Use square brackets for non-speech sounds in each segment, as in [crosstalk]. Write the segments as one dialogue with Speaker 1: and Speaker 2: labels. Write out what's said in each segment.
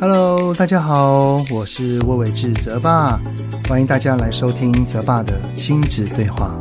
Speaker 1: Hello，大家好，我是魏伟志泽爸，欢迎大家来收听泽爸的亲子对话。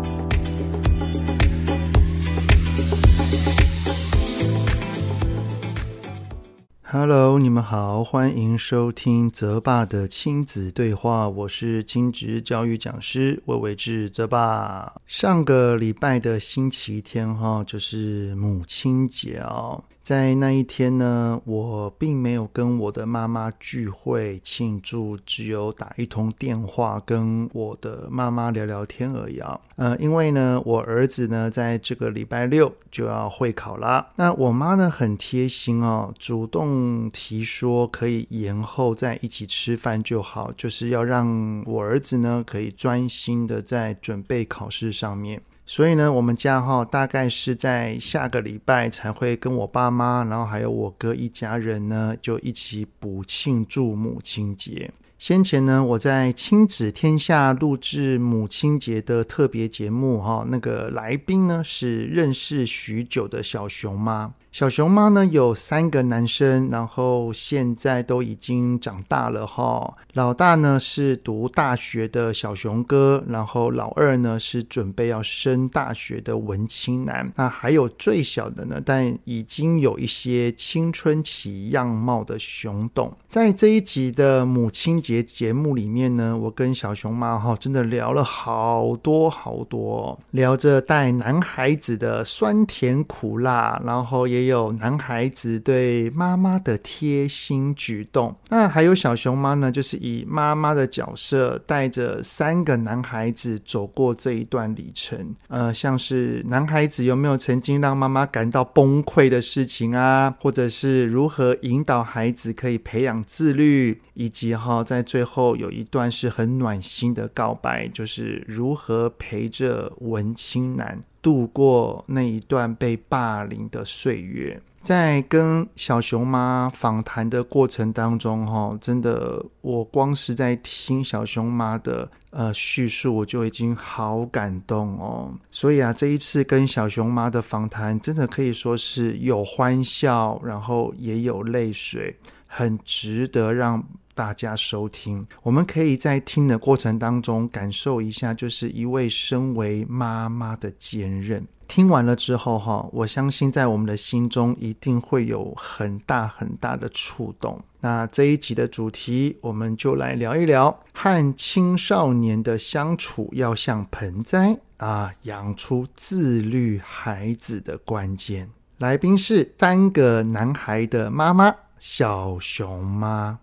Speaker 1: Hello，你们好，欢迎收听泽爸的亲子对话，我是亲职教育讲师魏伟志泽爸。上个礼拜的星期天哈、就是母亲节哦，在那一天呢，我并没有跟我的妈妈聚会庆祝，只有打一通电话跟我的妈妈聊聊天而已啊。呃，因为呢，我儿子呢在这个礼拜六就要会考啦。那我妈呢很贴心哦，主动提说可以延后在一起吃饭就好，就是要让我儿子呢可以专心的在准备考试上面。所以呢，我们家哈、大概是在下个礼拜才会跟我爸妈，然后还有我哥一家人呢，就一起补庆祝母亲节。先前呢，我在亲子天下录制母亲节的特别节目哈、那个来宾呢是认识许久的小熊妈。小熊妈呢有三个男生，然后现在都已经长大了哈、老大呢是读大学的小熊哥，然后老二呢是准备要升大学的文青男，那还有最小的呢，但已经有一些青春期样貌的熊董。在这一集的母亲节节目里面呢，我跟小熊妈哈、真的聊了好多好多哦、聊着带男孩子的酸甜苦辣，然后也有男孩子对妈妈的贴心举动。那还有小熊妈呢，就是以妈妈的角色带着三个男孩子走过这一段旅程。呃，像是男孩子有没有曾经让妈妈感到崩溃的事情啊，或者是如何引导孩子可以培养自律，以及哈、在最后有一段是很暖心的告白，就是如何陪着文青男度过那一段被霸凌的岁月。在跟小熊妈访谈的过程当中，哈，真的，我光是在听小熊妈的呃叙述，我就已经好感动哦。所以啊，这一次跟小熊妈的访谈，真的可以说是有欢笑，然后也有泪水，很值得让大家收听。我们可以在听的过程当中感受一下，就是一位身为妈妈的坚韧。听完了之后哈，我相信在我们的心中一定会有很大很大的触动。那这一集的主题，我们就来聊一聊和青少年的相处要像盆栽啊，养出自律孩子的关键。来宾是三个男孩的妈妈，小熊妈。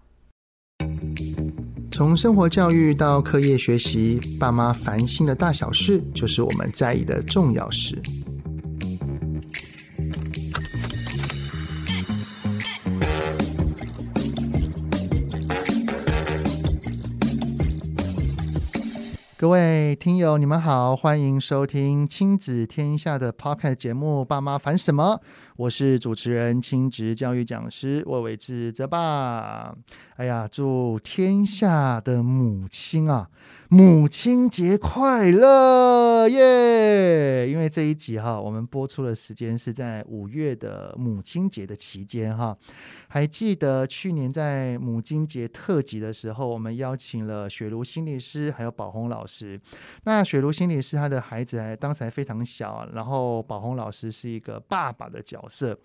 Speaker 1: 从生活教育到课业学习，爸妈烦心的大小事，就是我们在意的重要事。各位听友，你们好，欢迎收听亲子天下的 Podcast 节目《爸妈烦什么》，我是主持人、亲职教育讲师魏伟志泽爸。哎呀，祝天下的母亲啊，母亲节快乐耶！因为这一集哈，我们播出的时间是在五月的母亲节的期间哈。还记得去年在母亲节特辑的时候，我们邀请了雪茹心理师还有宝红老师。那雪茹心理师她的孩子还当时还非常小，啊然后宝红老师是一个爸爸的角色。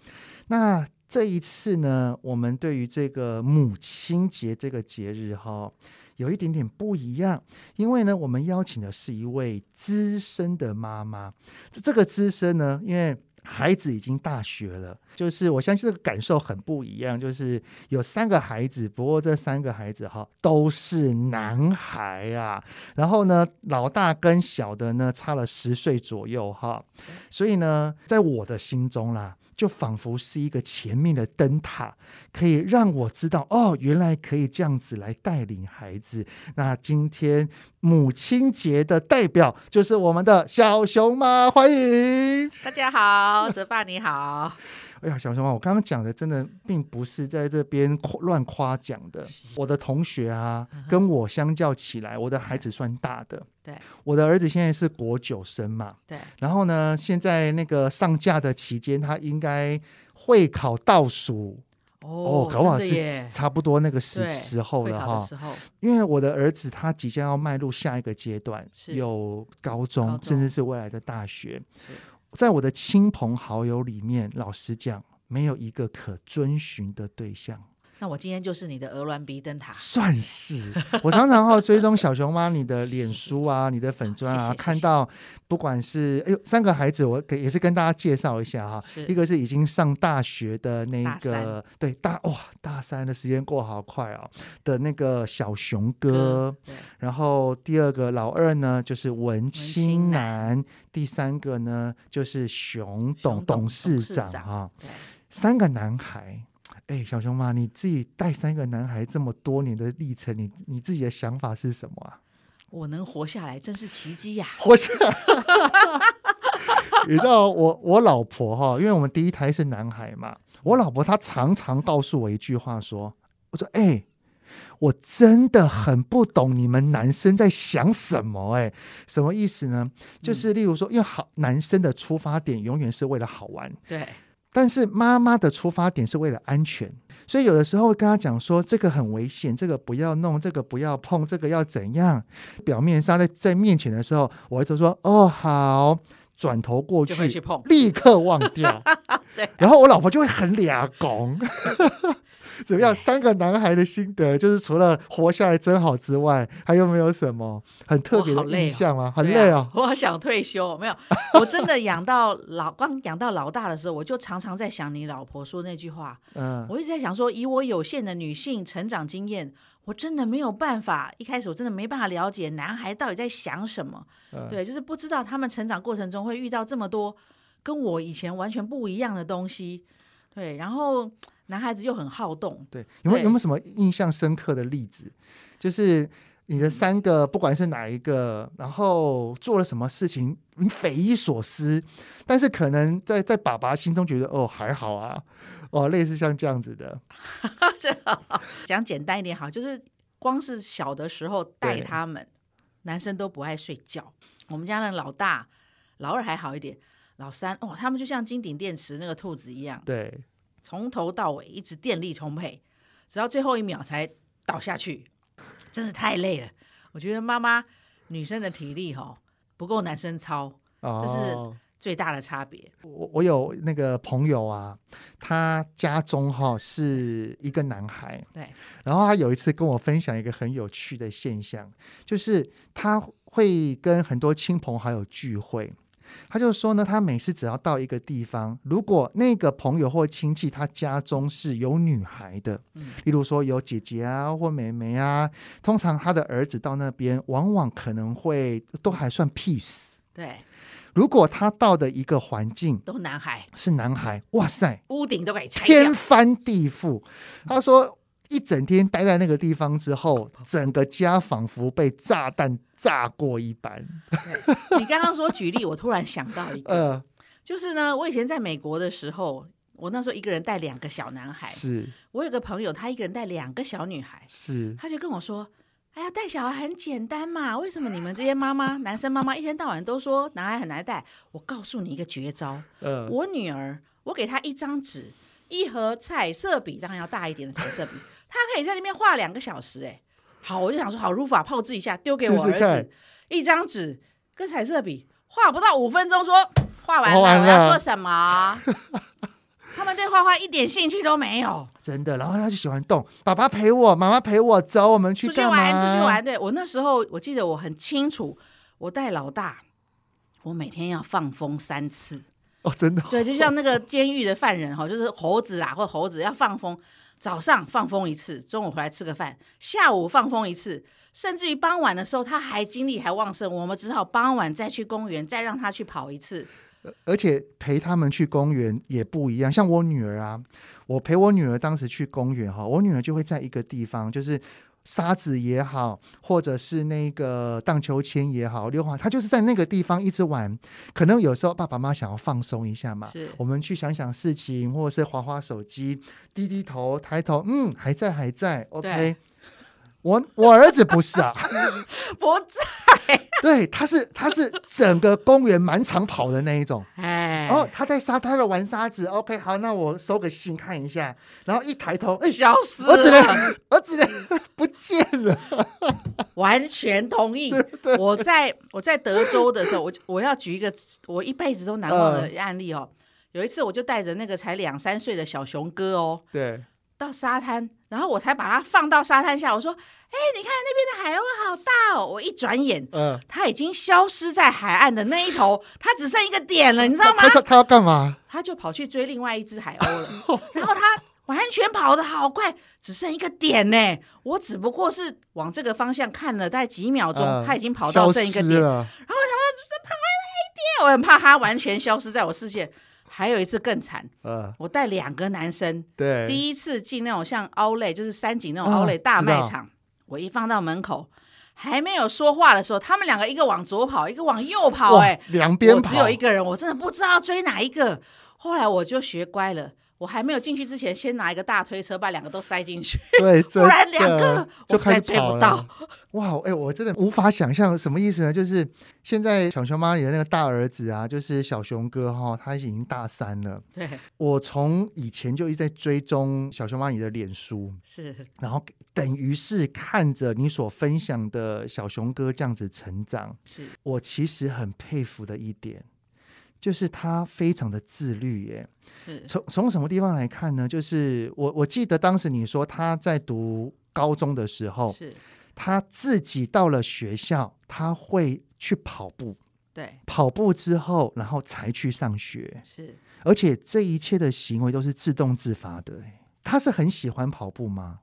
Speaker 1: 那这一次呢，我们对于这个母亲节这个节日哈、有一点点不一样，因为呢，我们邀请的是一位资深的妈妈。这这个资深呢，因为孩子已经大学了，就是我相信这个感受很不一样。就是有三个孩子，不过这三个孩子哈都是男孩啊。然后呢，老大跟小的呢差了十岁左右哈，所以呢，在我的心中啦，就仿佛是一个前面的灯塔，可以让我知道哦，原来可以这样子来带领孩子。那今天母亲节的代表就是我们的小熊妈，欢迎。
Speaker 2: 大家好，泽爸你好，
Speaker 1: 哎呀，小熊猫，我刚刚讲的真的并不是在这边夸乱夸奖的。我的同学啊，跟我相较起来，我的孩子算大的。
Speaker 2: 嗯对
Speaker 1: 我的儿子现在是国九生嘛，
Speaker 2: 对，
Speaker 1: 然后呢，现在那个上架的期间，他应该会考倒数哦，搞不好
Speaker 2: 真的耶
Speaker 1: 是差不多那个时
Speaker 2: 对
Speaker 1: 时候
Speaker 2: 会
Speaker 1: 了
Speaker 2: 考的
Speaker 1: 哈。
Speaker 2: 时候，
Speaker 1: 因为我的儿子他即将要迈入下一个阶段，
Speaker 2: 是
Speaker 1: 有高中，
Speaker 2: 高中
Speaker 1: 甚至是未来的大学
Speaker 2: 是。
Speaker 1: 在我的亲朋好友里面，老实讲，没有一个可遵循的对象，
Speaker 2: 那我今天就是你的鹅銮鼻灯塔，
Speaker 1: 算是。我常常哈追踪小熊妈你的脸书啊，你的粉砖
Speaker 2: 谢谢
Speaker 1: 啊，
Speaker 2: 谢谢
Speaker 1: 看到不管是哎呦三个孩子，我给也是跟大家介绍一下哈、
Speaker 2: 是
Speaker 1: 一个是已经上大学的那
Speaker 2: 大
Speaker 1: 个
Speaker 2: 三，
Speaker 1: 对大哇大三的时间过好快哦的那个小熊哥
Speaker 2: 哥，对
Speaker 1: 然后第二个老二呢就是文青
Speaker 2: 青
Speaker 1: 男，第三个呢就是熊董
Speaker 2: 熊董
Speaker 1: 事
Speaker 2: 董事
Speaker 1: 长
Speaker 2: 长
Speaker 1: 啊，
Speaker 2: 对，
Speaker 1: 三个男孩。哎，小熊妈，你自己带三个男孩这么多年的历程，你你自己的想法是什么啊？
Speaker 2: 我能活下来真是奇迹呀、
Speaker 1: 活下来。 [laughs] 你知道我我老婆哈，因为我们第一胎是男孩嘛，我老婆她常常告诉我一句话说，我说哎、我真的很不懂你们男生在想什么、哎，什么意思呢？就是例如说，因为好男生的出发点永远是为了好玩，
Speaker 2: 对，
Speaker 1: 但是妈妈的出发点是为了安全，所以有的时候会跟他讲说这个很危险，这个不要弄，这个不要碰，这个要怎样。表面上在在面前的时候，我儿子说哦好，转头过
Speaker 2: 就
Speaker 1: 去
Speaker 2: 会去碰
Speaker 1: 立刻忘掉。
Speaker 2: [laughs] 对啊
Speaker 1: 然后我老婆就会很俩拱。 [laughs] 怎么样？三个男孩的心得就是除了活下来真好之外，还有没有什么很特别的
Speaker 2: 我好累哦
Speaker 1: 印象吗？很
Speaker 2: 对
Speaker 1: 累
Speaker 2: 啊
Speaker 1: 哦。
Speaker 2: [laughs] 我想退
Speaker 1: [laughs]
Speaker 2: 休，没有，我真的养到老，光养到老大的时候，我就常常在想你老婆说那句话，
Speaker 1: 嗯，
Speaker 2: 我一直在想说，以我有限的女性成长经验，我真的没有办法，一开始我真的没办法了解男孩到底在想什么，
Speaker 1: 嗯
Speaker 2: 对，就是不知道他们成长过程中会遇到这么多跟我以前完全不一样的东西，对，然后男孩子又很好动，
Speaker 1: 对，有没有有
Speaker 2: 对
Speaker 1: 没有什么印象深刻的例子？就是你的三个，不管是哪一个，然后做了什么事情，你匪夷所思，但是可能在在爸爸心中觉得哦还好啊，哦类似像这样子的，
Speaker 2: 讲简单一点好，就是光是小的时候带
Speaker 1: 对
Speaker 2: 他们，男生都不爱睡觉。我们家的老大、老二还好一点，老三哦，他们就像金顶电池那个兔子一样，
Speaker 1: 对，
Speaker 2: 从头到尾一直电力充沛，直到最后一秒才倒下去，真是太累了。我觉得妈妈女生的体力哈、不够男生操，
Speaker 1: 哦，
Speaker 2: 是最大的差别。
Speaker 1: 我我有那个朋友啊，他家中哈、是一个男孩，
Speaker 2: 对，
Speaker 1: 然后他有一次跟我分享一个很有趣的现象，就是他会跟很多亲朋好友聚会。他就说呢，他每次只要到一个地方，如果那个朋友或亲戚他家中是有女孩的，
Speaker 2: 嗯
Speaker 1: 例如说有姐姐啊或妹妹啊，通常他的儿子到那边，往往可能会都还算 peace。
Speaker 2: 对，
Speaker 1: 如果他到的一个环境
Speaker 2: 都男孩，
Speaker 1: 是男孩，哇塞，
Speaker 2: 屋顶都给拆掉
Speaker 1: 天，翻地覆。他说，一整天待在那个地方之后，整个家仿佛被炸弹炸过一般。
Speaker 2: 对你刚刚说举例，我突然想到一个，
Speaker 1: 呃，
Speaker 2: 就是呢，我以前在美国的时候，我那时候一个人带两个小男孩，
Speaker 1: 是
Speaker 2: 我有个朋友，他一个人带两个小女孩，
Speaker 1: 是，
Speaker 2: 他就跟我说：“哎呀，带小孩很简单嘛，为什么你们这些妈妈、男生妈妈一天到晚都说男孩很难带？我告诉你一个绝招，
Speaker 1: 呃，
Speaker 2: 我女儿，我给她一张纸，一盒彩色笔，当然要大一点的彩色笔，她可以在里面画两个小时、哎，好，我就想说，好，如法炮制一下，丢给我
Speaker 1: 试试
Speaker 2: 儿子
Speaker 1: 看
Speaker 2: 一张纸跟彩色笔，画不到五分钟说，画完了，
Speaker 1: 画完
Speaker 2: 我要
Speaker 1: 了
Speaker 2: 做什么？ [laughs] 他们对画画一点兴趣都没有，
Speaker 1: 真的。然后他就喜欢动，爸爸陪我，妈妈陪我，走，我们去
Speaker 2: 出去
Speaker 1: 干嘛
Speaker 2: 玩，出去。玩。对我那时候，我记得我很清楚，我带老大，我每天要放风三次。
Speaker 1: 哦，真的哦，
Speaker 2: 对，就像那个监狱的犯人哈，就是猴子啦或猴子要放风，早上放风一次，中午回来吃个饭，下午放风一次，甚至于傍晚的时候他还精力还旺盛，我们只好傍晚再去公园，再让他去跑一次。
Speaker 1: 而且陪他们去公园也不一样。像我女儿啊，我陪我女儿当时去公园哈，我女儿就会在一个地方，就是沙子也好，或者是那个荡秋千也好，溜滑，她就是在那个地方一直玩。可能有时候爸爸妈妈想要放松一下嘛
Speaker 2: 是，
Speaker 1: 我们去想想事情，或者是划划手机，低低头、抬头，嗯，还在，还在，OK
Speaker 2: 对。
Speaker 1: 我我儿子不是啊， [laughs]
Speaker 2: 不在，
Speaker 1: 对，他是他是整个公园满场跑的那一种。[laughs]
Speaker 2: 哎、
Speaker 1: 哦，他在沙，他在玩沙子。OK，好，那我收个信看一下，然后一抬头，哎、
Speaker 2: 消失
Speaker 1: 我只能 [laughs]
Speaker 2: 了，
Speaker 1: 儿子呢不见了。
Speaker 2: 完全同意。我在我在德州的时候，我就我要举一个我一辈子都难忘
Speaker 1: 嗯
Speaker 2: 的案例哦。有一次，我就带着那个才两三岁的小熊哥哦，
Speaker 1: 对，
Speaker 2: 到沙滩，然后我才把它放到沙滩下。我说：“哎、你看那边的海鸥好大哦！”我一转眼，
Speaker 1: 嗯、
Speaker 2: 它已经消失在海岸的那一头，它只剩一个点了，你知道吗
Speaker 1: 他？说他要干嘛？
Speaker 2: 他就跑去追另外一只海
Speaker 1: [laughs]
Speaker 2: 鸥了，然后他完全跑得好快，只剩一个点呢。我只不过是往这个方向看了大概几秒钟，
Speaker 1: 嗯
Speaker 2: 他已经跑到剩一个点，哎
Speaker 1: 了。
Speaker 2: 我很怕他完全消失在我视线。还有一次更惨，
Speaker 1: 嗯，
Speaker 2: 我带两个男生，
Speaker 1: 对，
Speaker 2: 第一次进那种像 o l 就是三井那种 o
Speaker 1: 啊
Speaker 2: l 大
Speaker 1: 知道
Speaker 2: 卖场，我一放到门口，还没有说话的时候，他们两个一个往左跑，一个往右跑、
Speaker 1: 哇
Speaker 2: 哎，
Speaker 1: 两边
Speaker 2: 我
Speaker 1: 跑，
Speaker 2: 只有一个人，我真的不知道追哪一个。后来我就学乖了，我还没有进去之前，先拿一个大推车把两个都塞进
Speaker 1: [laughs]
Speaker 2: 去。
Speaker 1: 对，
Speaker 2: 不然
Speaker 1: 真
Speaker 2: 两
Speaker 1: 的
Speaker 2: 个
Speaker 1: [laughs] 就
Speaker 2: 我实在
Speaker 1: 开始
Speaker 2: 追不
Speaker 1: 跑了
Speaker 2: 到。
Speaker 1: 哇，哎、我真的无法想象什么意思呢？就是现在小熊妈里的那个大儿子啊，就是小熊哥哈、他已经大三了。
Speaker 2: 对，
Speaker 1: 我从以前就一直在追踪小熊妈你的脸书，
Speaker 2: 是
Speaker 1: 然后等于是看着你所分享的小熊哥这样子成长，
Speaker 2: 是，
Speaker 1: 我其实很佩服的一点。就是他非常的自律耶，
Speaker 2: 是
Speaker 1: 从从什么地方来看呢？就是我我记得当时你说他在读高中的时候，
Speaker 2: 是，
Speaker 1: 他自己到了学校，他会去跑步，
Speaker 2: 对，
Speaker 1: 跑步之后，然后才去上学，
Speaker 2: 是
Speaker 1: 而且这一切的行为都是自动自发的。欸他是很喜欢跑步吗？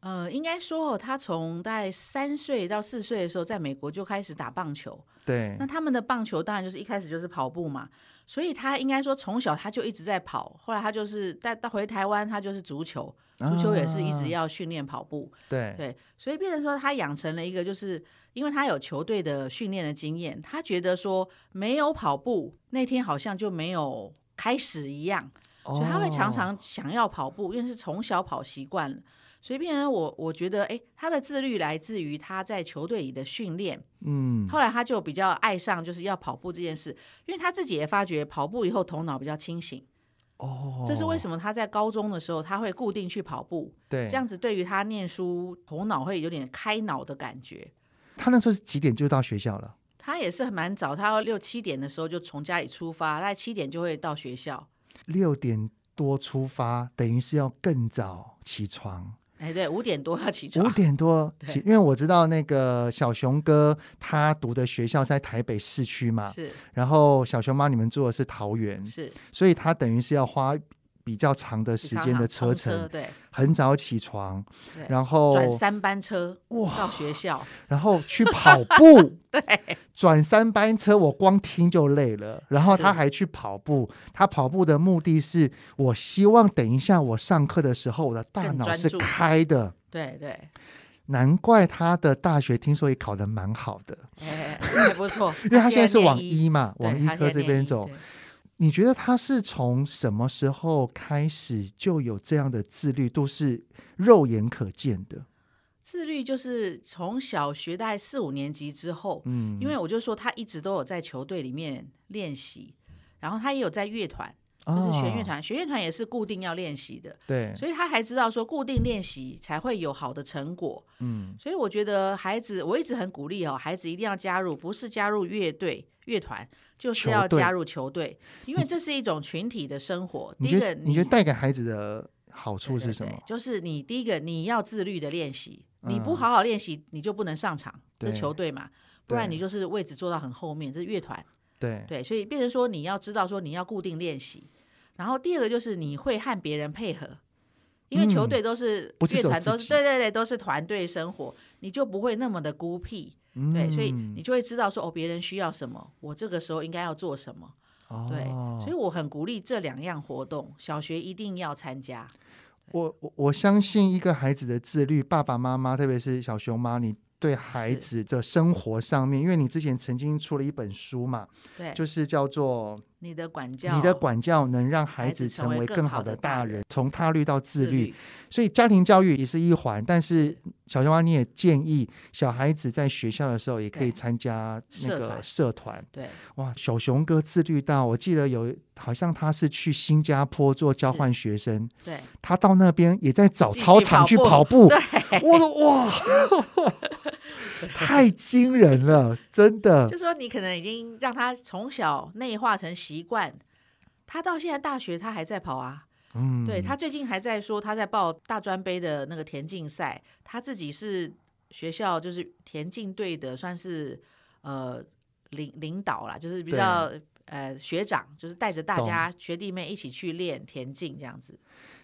Speaker 2: 呃，应该说哦他从大概三岁到四岁的时候，在美国就开始打棒球。
Speaker 1: 对
Speaker 2: 那，他们的棒球当然就是一开始就是跑步嘛，所以他应该说从小他就一直在跑，后来他就是带到回台湾，他就是足球，足球也是一直
Speaker 1: 啊
Speaker 2: 要训练跑步。
Speaker 1: 对
Speaker 2: 对，所以变成说他养成了一个，就是因为他有球队的训练的经验，他觉得说没有跑步那天好像就没有开始一样，所以他会
Speaker 1: 哦
Speaker 2: 常常想要跑步，因为是从小跑习惯了。所以变成我我觉得，哎，他的自律来自于他在球队里的训练。
Speaker 1: 嗯，
Speaker 2: 后来他就比较爱上就是要跑步这件事，因为他自己也发觉跑步以后头脑比较清醒，
Speaker 1: 哦，
Speaker 2: 这是为什么他在高中的时候他会固定去跑步，
Speaker 1: 对
Speaker 2: 这样子对于他念书头脑会有点开脑的感觉。
Speaker 1: 他那时候是几点就到学校了？
Speaker 2: 他也是蛮早，他要六七点的时候就从家里出发，大概七点就会到学校。
Speaker 1: 六点多出发，等于是要更早起床。
Speaker 2: 哎，对，五点多要起
Speaker 1: 五
Speaker 2: 床。
Speaker 1: 点多
Speaker 2: 对
Speaker 1: 起，因为我知道那个小熊哥他读的学校是在台北市区嘛，
Speaker 2: 是
Speaker 1: 然后小熊妈你们住的是桃园，
Speaker 2: 是，
Speaker 1: 所以他等于是要花比较长的时间的车
Speaker 2: 常常
Speaker 1: 程，
Speaker 2: 通对，
Speaker 1: 很早起床，
Speaker 2: 对
Speaker 1: 然后
Speaker 2: 转三班车
Speaker 1: 哇，
Speaker 2: 到学校，
Speaker 1: 然后去跑
Speaker 2: [laughs]
Speaker 1: 步，对，转三班车我光听就累了，然后他
Speaker 2: 是
Speaker 1: 还去跑步，他跑步的目的是我希望等一下我上课的时候我的大
Speaker 2: 更
Speaker 1: 脑
Speaker 2: 专
Speaker 1: 是
Speaker 2: 注
Speaker 1: 开的，
Speaker 2: 对对，
Speaker 1: 难怪他的大学听说也考得蛮好
Speaker 2: [laughs]
Speaker 1: 的。。
Speaker 2: 哎，还不错
Speaker 1: 因为他现在是
Speaker 2: 念
Speaker 1: 往
Speaker 2: 医
Speaker 1: 医嘛，
Speaker 2: 对
Speaker 1: 往医
Speaker 2: 他现
Speaker 1: 科
Speaker 2: 在
Speaker 1: 这
Speaker 2: 念
Speaker 1: 边
Speaker 2: 医
Speaker 1: 走
Speaker 2: 对。
Speaker 1: 你觉得他是从什么时候开始就有这样的自律度，是肉眼可见的？
Speaker 2: 自律就是从小学大概四五年级之后，
Speaker 1: 嗯，
Speaker 2: 因为我就说他一直都有在球队里面练习，然后他也有在乐团，就是弦乐
Speaker 1: 啊，
Speaker 2: 团，弦乐团也是固定要练习的，
Speaker 1: 对，
Speaker 2: 所以他还知道说固定练习才会有好的成果。
Speaker 1: 嗯，
Speaker 2: 所以我觉得孩子，我一直很鼓励哦，孩子一定要加入，不是加入乐队、乐团，就是要
Speaker 1: 球队
Speaker 2: 加入球队，因为这是一种群体的生活。第
Speaker 1: 你
Speaker 2: 一
Speaker 1: 觉
Speaker 2: 个
Speaker 1: 得你觉得带给孩子的好处
Speaker 2: 对对
Speaker 1: 是什
Speaker 2: 对
Speaker 1: 么？
Speaker 2: 就是你第一个你要自律的练习，你不
Speaker 1: 嗯
Speaker 2: 好好练习，你就不能上场，这
Speaker 1: 对
Speaker 2: 球队嘛，不然
Speaker 1: 对
Speaker 2: 你就是位置坐到很后面，这是乐团。
Speaker 1: 对，
Speaker 2: 对，所以变成说你要知道说你要固定练习，然后第二个就是你会和别人配合，因为球
Speaker 1: 嗯
Speaker 2: 队都是、
Speaker 1: 不是
Speaker 2: 乐
Speaker 1: 只有
Speaker 2: 团
Speaker 1: 自
Speaker 2: 都是
Speaker 1: 己
Speaker 2: 对对对都是团队生活，你就不会那么的孤僻，对，所以
Speaker 1: 嗯
Speaker 2: 你就会知道说哦别人需要什么，我这个时候应该要做什么，对，
Speaker 1: 哦
Speaker 2: 所以我很鼓励这两样活动，小学一定要参加，
Speaker 1: 我我我相信一个孩子的自律，爸爸妈妈，特别是小熊妈，你对孩
Speaker 2: 是
Speaker 1: 子的生活上面，因为你之前曾经出了一本书嘛，
Speaker 2: 对，
Speaker 1: 就是叫做
Speaker 2: 你的管教，
Speaker 1: 你的管教能让
Speaker 2: 孩
Speaker 1: 孩
Speaker 2: 子
Speaker 1: 子
Speaker 2: 成
Speaker 1: 成
Speaker 2: 为
Speaker 1: 为
Speaker 2: 更
Speaker 1: 更
Speaker 2: 好
Speaker 1: 好
Speaker 2: 的
Speaker 1: 的
Speaker 2: 大
Speaker 1: 大
Speaker 2: 人
Speaker 1: 人，从他律到自
Speaker 2: 自
Speaker 1: 律。，所以家庭教育也是一环，但是小熊妈你也建议小孩子在学校的时候也可以
Speaker 2: 对
Speaker 1: 参加那
Speaker 2: 社
Speaker 1: 个
Speaker 2: 团
Speaker 1: 社团。
Speaker 2: 对，
Speaker 1: 哇，小熊哥自律到，我记得有好像他是去新加坡做交
Speaker 2: 是
Speaker 1: 换学生，
Speaker 2: 对，
Speaker 1: 他到那边也在找
Speaker 2: 继续
Speaker 1: 操场
Speaker 2: 跑
Speaker 1: 去
Speaker 2: 步
Speaker 1: 跑步。
Speaker 2: 对， [laughs]
Speaker 1: 我的哇，太惊人了，真的
Speaker 2: 就。说你可能已经让他从小内化成习惯，他到现在大学他还在跑啊。
Speaker 1: 嗯，
Speaker 2: 对他最近还在说他在报大专杯的那个田径赛，他自己是学校就是田径队的算是呃领领导啦，就是比
Speaker 1: 对
Speaker 2: 较呃学长，就是带着大
Speaker 1: 懂
Speaker 2: 家学弟妹一起去练田径这样子。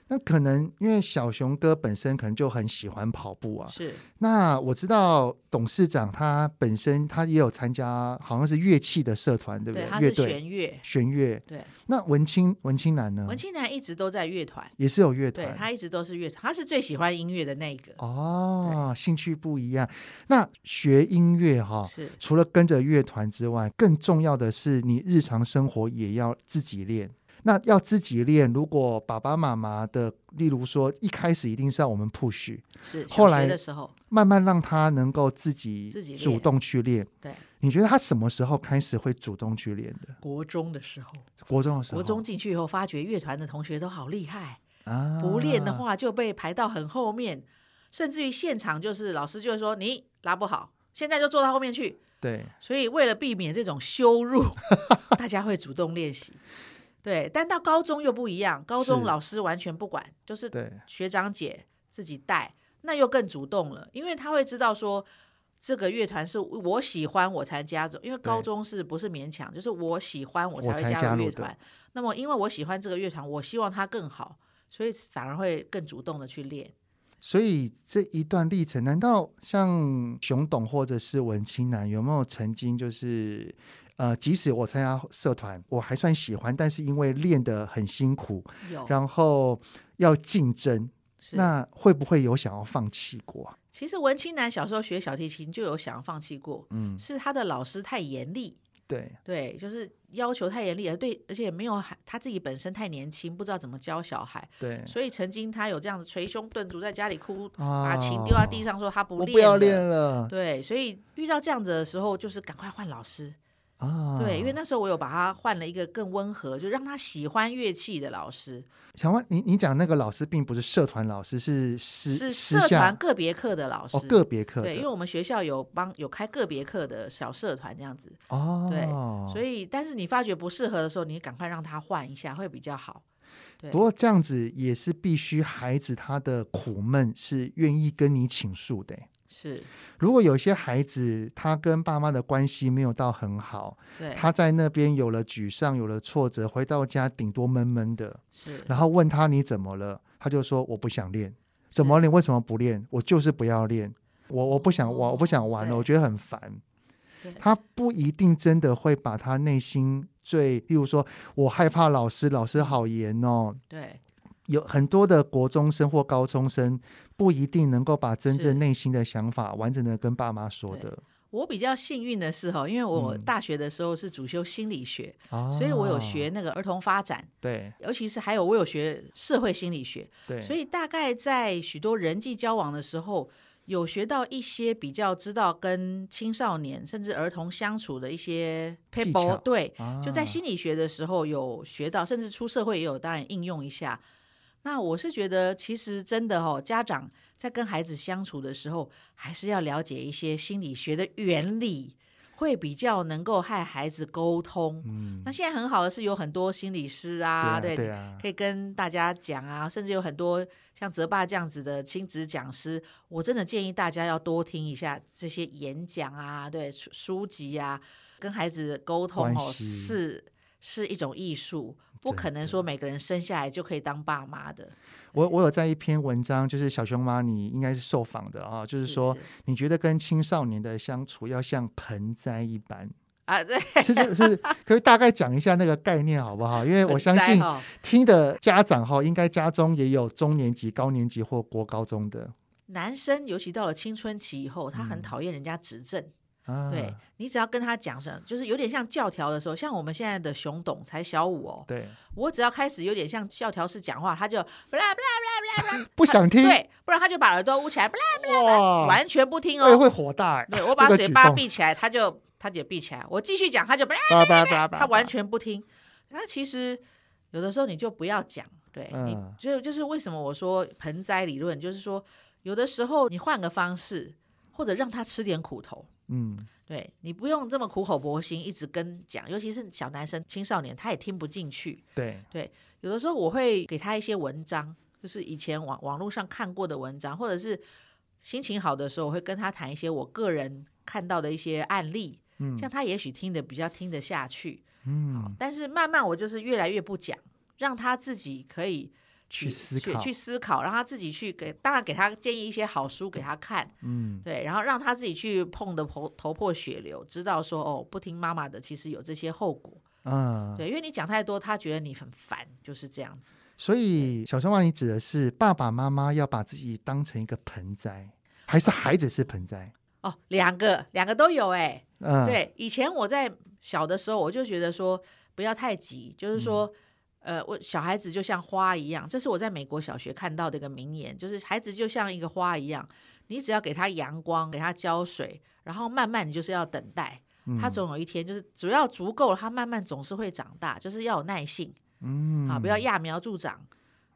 Speaker 1: 那可能因为小熊哥本身可能就很喜欢跑步啊，
Speaker 2: 是
Speaker 1: 那我知道董事长他本身他也有参加，好像是乐器的社团，对不
Speaker 2: 他
Speaker 1: 乐
Speaker 2: 是
Speaker 1: 队
Speaker 2: 弦乐，
Speaker 1: 弦乐。
Speaker 2: 对，
Speaker 1: 那文青文青男呢？
Speaker 2: 文青男一直都在乐团，
Speaker 1: 也是有乐
Speaker 2: 对
Speaker 1: 团。
Speaker 2: 他一直都是乐团，他是最喜欢音乐的那一个，
Speaker 1: 哦，兴趣不一样。那学音乐哈、
Speaker 2: 是
Speaker 1: 除了跟着乐团之外，更重要的是你日常生活也要自己练。那要自己练，如果爸爸妈妈的，例如说一开始一定是要我们 push，
Speaker 2: 是
Speaker 1: 后
Speaker 2: 小学
Speaker 1: 来
Speaker 2: 的时候，
Speaker 1: 慢慢让他能够自己
Speaker 2: 自己
Speaker 1: 主
Speaker 2: 练
Speaker 1: 动去练。
Speaker 2: 对，
Speaker 1: 你觉得他什么时候开始会主动去练的？
Speaker 2: 国中的时候，
Speaker 1: 国中的时候，
Speaker 2: 国中进去以后，发觉乐团的同学都好厉害，
Speaker 1: 啊，
Speaker 2: 不练的，话就被排到很后面，甚至于现场就是老师就会说你拉不好，现在就坐到后面去。
Speaker 1: 对，
Speaker 2: 所以为了避免这种
Speaker 1: [laughs]
Speaker 2: 羞辱，大家会主动练习。对，但到高中又不一样，高中
Speaker 1: 是
Speaker 2: 老师完全不管，就是
Speaker 1: 对，
Speaker 2: 学长姐自己带，那又更主动了，因为他会知道说这个乐团是我喜欢我才加入，因为高中是不是勉强，就是我喜欢我才
Speaker 1: 我才
Speaker 2: 会
Speaker 1: 加
Speaker 2: 加
Speaker 1: 入
Speaker 2: 入乐
Speaker 1: 的
Speaker 2: 团。那么因为我喜欢这个乐团，我希望它更好，所以反而会更主动的去练。
Speaker 1: 所以这一段历程，难道像熊董或者是文青男有没有曾经就是，呃，即使我参加社团，我还算喜欢，但是因为练得很辛苦，
Speaker 2: 有
Speaker 1: 然后要竞争，
Speaker 2: 哦是
Speaker 1: 那会不会有想要放弃过啊？
Speaker 2: 其实文青男小时候学小提琴就有想要放弃过，
Speaker 1: 嗯，
Speaker 2: 是他的老师太严厉，
Speaker 1: 对，
Speaker 2: 对，就是要求太严厉了，对，而且也没有孩他自己本身太年轻，不知道怎么教小孩，
Speaker 1: 对，
Speaker 2: 所以曾经他有这样子捶胸顿足，在家里哭，
Speaker 1: 啊
Speaker 2: 把琴丢到地，上说他不
Speaker 1: 我
Speaker 2: 练，
Speaker 1: 不要练。了
Speaker 2: 对，所以遇到这样子的时候，就是赶快换老师。
Speaker 1: 啊，
Speaker 2: 对，因为那时候我有把他换了一个更温和，就让他喜欢乐器的老师，
Speaker 1: 小万，你你讲那个老师并不是社团老师，是私
Speaker 2: 是
Speaker 1: 私
Speaker 2: 社
Speaker 1: 下
Speaker 2: 团个别课的老师。
Speaker 1: 哦个别课的
Speaker 2: 对，因为我们学校有帮有开个别课的小社团这样子，
Speaker 1: 哦，
Speaker 2: 对所以但是你发觉不适合的时候，你赶快让他换一下会比较好。对
Speaker 1: 不，过这样子也是必须孩子他的苦闷是愿意跟你倾诉的欸。
Speaker 2: 是，
Speaker 1: 如果有些孩子他跟爸妈的关系没有到很好，
Speaker 2: 对，
Speaker 1: 他在那边有了沮丧，有了挫折，回到家顶多闷闷的，
Speaker 2: 是
Speaker 1: 然后问他你怎么了，他就说我不想练，怎么练？为什么不练？我就是不要练，我我不想玩，我不想玩了，
Speaker 2: 哦对
Speaker 1: 我觉得很烦。
Speaker 2: 对
Speaker 1: 他不一定真的会把他内心最，例如说我害怕老师，老师好严哦。
Speaker 2: 对，
Speaker 1: 有很多的国中生或高中生不一定能够把真
Speaker 2: 是
Speaker 1: 正内心的想法完整的跟爸妈说的，
Speaker 2: 我比较幸运的是哈，因为我
Speaker 1: 嗯
Speaker 2: 大学的时候是主修心理学，
Speaker 1: 啊
Speaker 2: 所以我有学那个儿童发展，
Speaker 1: 对
Speaker 2: 尤其是还有我有学社会心理学，
Speaker 1: 对，
Speaker 2: 所以大概在许多人际交往的时候，有学到一些比较知道跟青少年甚至儿童相处的一些 p
Speaker 1: 技
Speaker 2: e
Speaker 1: 巧
Speaker 2: 对，
Speaker 1: 啊
Speaker 2: 就在心理学的时候有学到，甚至出社会也有，当然应用一下。那我是觉得，其实真的哦，家长在跟孩子相处的时候，还是要了解一些心理学的原理，会比较能够和孩子沟通。
Speaker 1: 嗯
Speaker 2: 那现在很好的是有很多心理师啊，
Speaker 1: 对啊
Speaker 2: 对
Speaker 1: 对啊，
Speaker 2: 可以跟大家讲啊，甚至有很多像泽爸这样子的亲子讲师，我真的建议大家要多听一下这些演讲啊，对书书籍啊，跟孩子沟通
Speaker 1: 关
Speaker 2: 哦，
Speaker 1: 系
Speaker 2: 是是一种艺术，不
Speaker 1: 真
Speaker 2: 可能说每个人生下来就可以当爸妈的。
Speaker 1: 我我有在一篇文章，就是小熊妈你应该是受访的啊，就是说你觉得跟青少年的相处要像盆栽一般，
Speaker 2: 啊，对，
Speaker 1: 是是
Speaker 2: [laughs]
Speaker 1: 是，可以大概讲一下那个概念好不好？因 [laughs] 为我
Speaker 2: 盆
Speaker 1: 相
Speaker 2: 栽
Speaker 1: 信
Speaker 2: 哈
Speaker 1: 听的家长哈，应该家中也有中年级、高年级或国高中的嗯
Speaker 2: 男生尤其到了青春期以后，他很讨厌人家指正，
Speaker 1: 啊，
Speaker 2: 对你只要跟他讲什，就是有点像教条的时候，像我们现在的熊董才小五哦，
Speaker 1: 对，
Speaker 2: 我只要开始有点像教条式讲话，他就不啦不啦
Speaker 1: 不想听，
Speaker 2: 对，不然他就把耳朵捂起来，不啦
Speaker 1: 哇，
Speaker 2: 完全不听
Speaker 1: 对，
Speaker 2: 哦。
Speaker 1: 会火大欸，
Speaker 2: 对，我把
Speaker 1: 这个
Speaker 2: 嘴
Speaker 1: 举
Speaker 2: 巴
Speaker 1: 动，
Speaker 2: 闭起来，他就他也闭起来，我继续讲，他就
Speaker 1: [laughs]
Speaker 2: 不啦，
Speaker 1: 叭叭叭叭，
Speaker 2: 他完全不听。那其实有的时候你就不要讲，对你
Speaker 1: 嗯
Speaker 2: 就就是为什么我说盆栽理论，就是说有的时候你换个方式，或者让他吃点苦头。
Speaker 1: 嗯，
Speaker 2: 对你不用这么苦口婆心一直跟讲，尤其是小男生、青少年，他也听不进去。
Speaker 1: 对，
Speaker 2: 有的时候我会给他一些文章，就是以前网网络上看过的文章，或者是心情好的时候，我会跟他谈一些我个人看到的一些案例，
Speaker 1: 嗯
Speaker 2: 这样他也许听得比较听得下去。好
Speaker 1: 嗯，
Speaker 2: 但是慢慢我就是越来越不讲，让他自己可以
Speaker 1: 去思考，
Speaker 2: 去思考，让他自己去给，当然给他建议一些好书给他看，
Speaker 1: 嗯，
Speaker 2: 对，然后让他自己去碰的头头破血流，知道说哦，不听妈妈的，其实有这些后果。
Speaker 1: 啊，
Speaker 2: 对，因为你讲太多，他觉得你很烦，就是这样子。
Speaker 1: 所以小青蛙，你指的是爸爸妈妈要把自己当成一个盆栽，还是孩子是盆栽？
Speaker 2: 哦，两个两个都有哎、
Speaker 1: 嗯，，
Speaker 2: 对，以前我在小的时候，我就觉得说不要太急，就是说，呃，我小孩子就像花一样，这是我在美国小学看到的一个名言，就是孩子就像一个花一样，你只要给他阳光，给他浇水，然后慢慢你就是要等待，他总有一天就是只要足够了，他慢慢总是会长大，就是要有耐性
Speaker 1: 嗯，
Speaker 2: 啊，不要揠苗助长。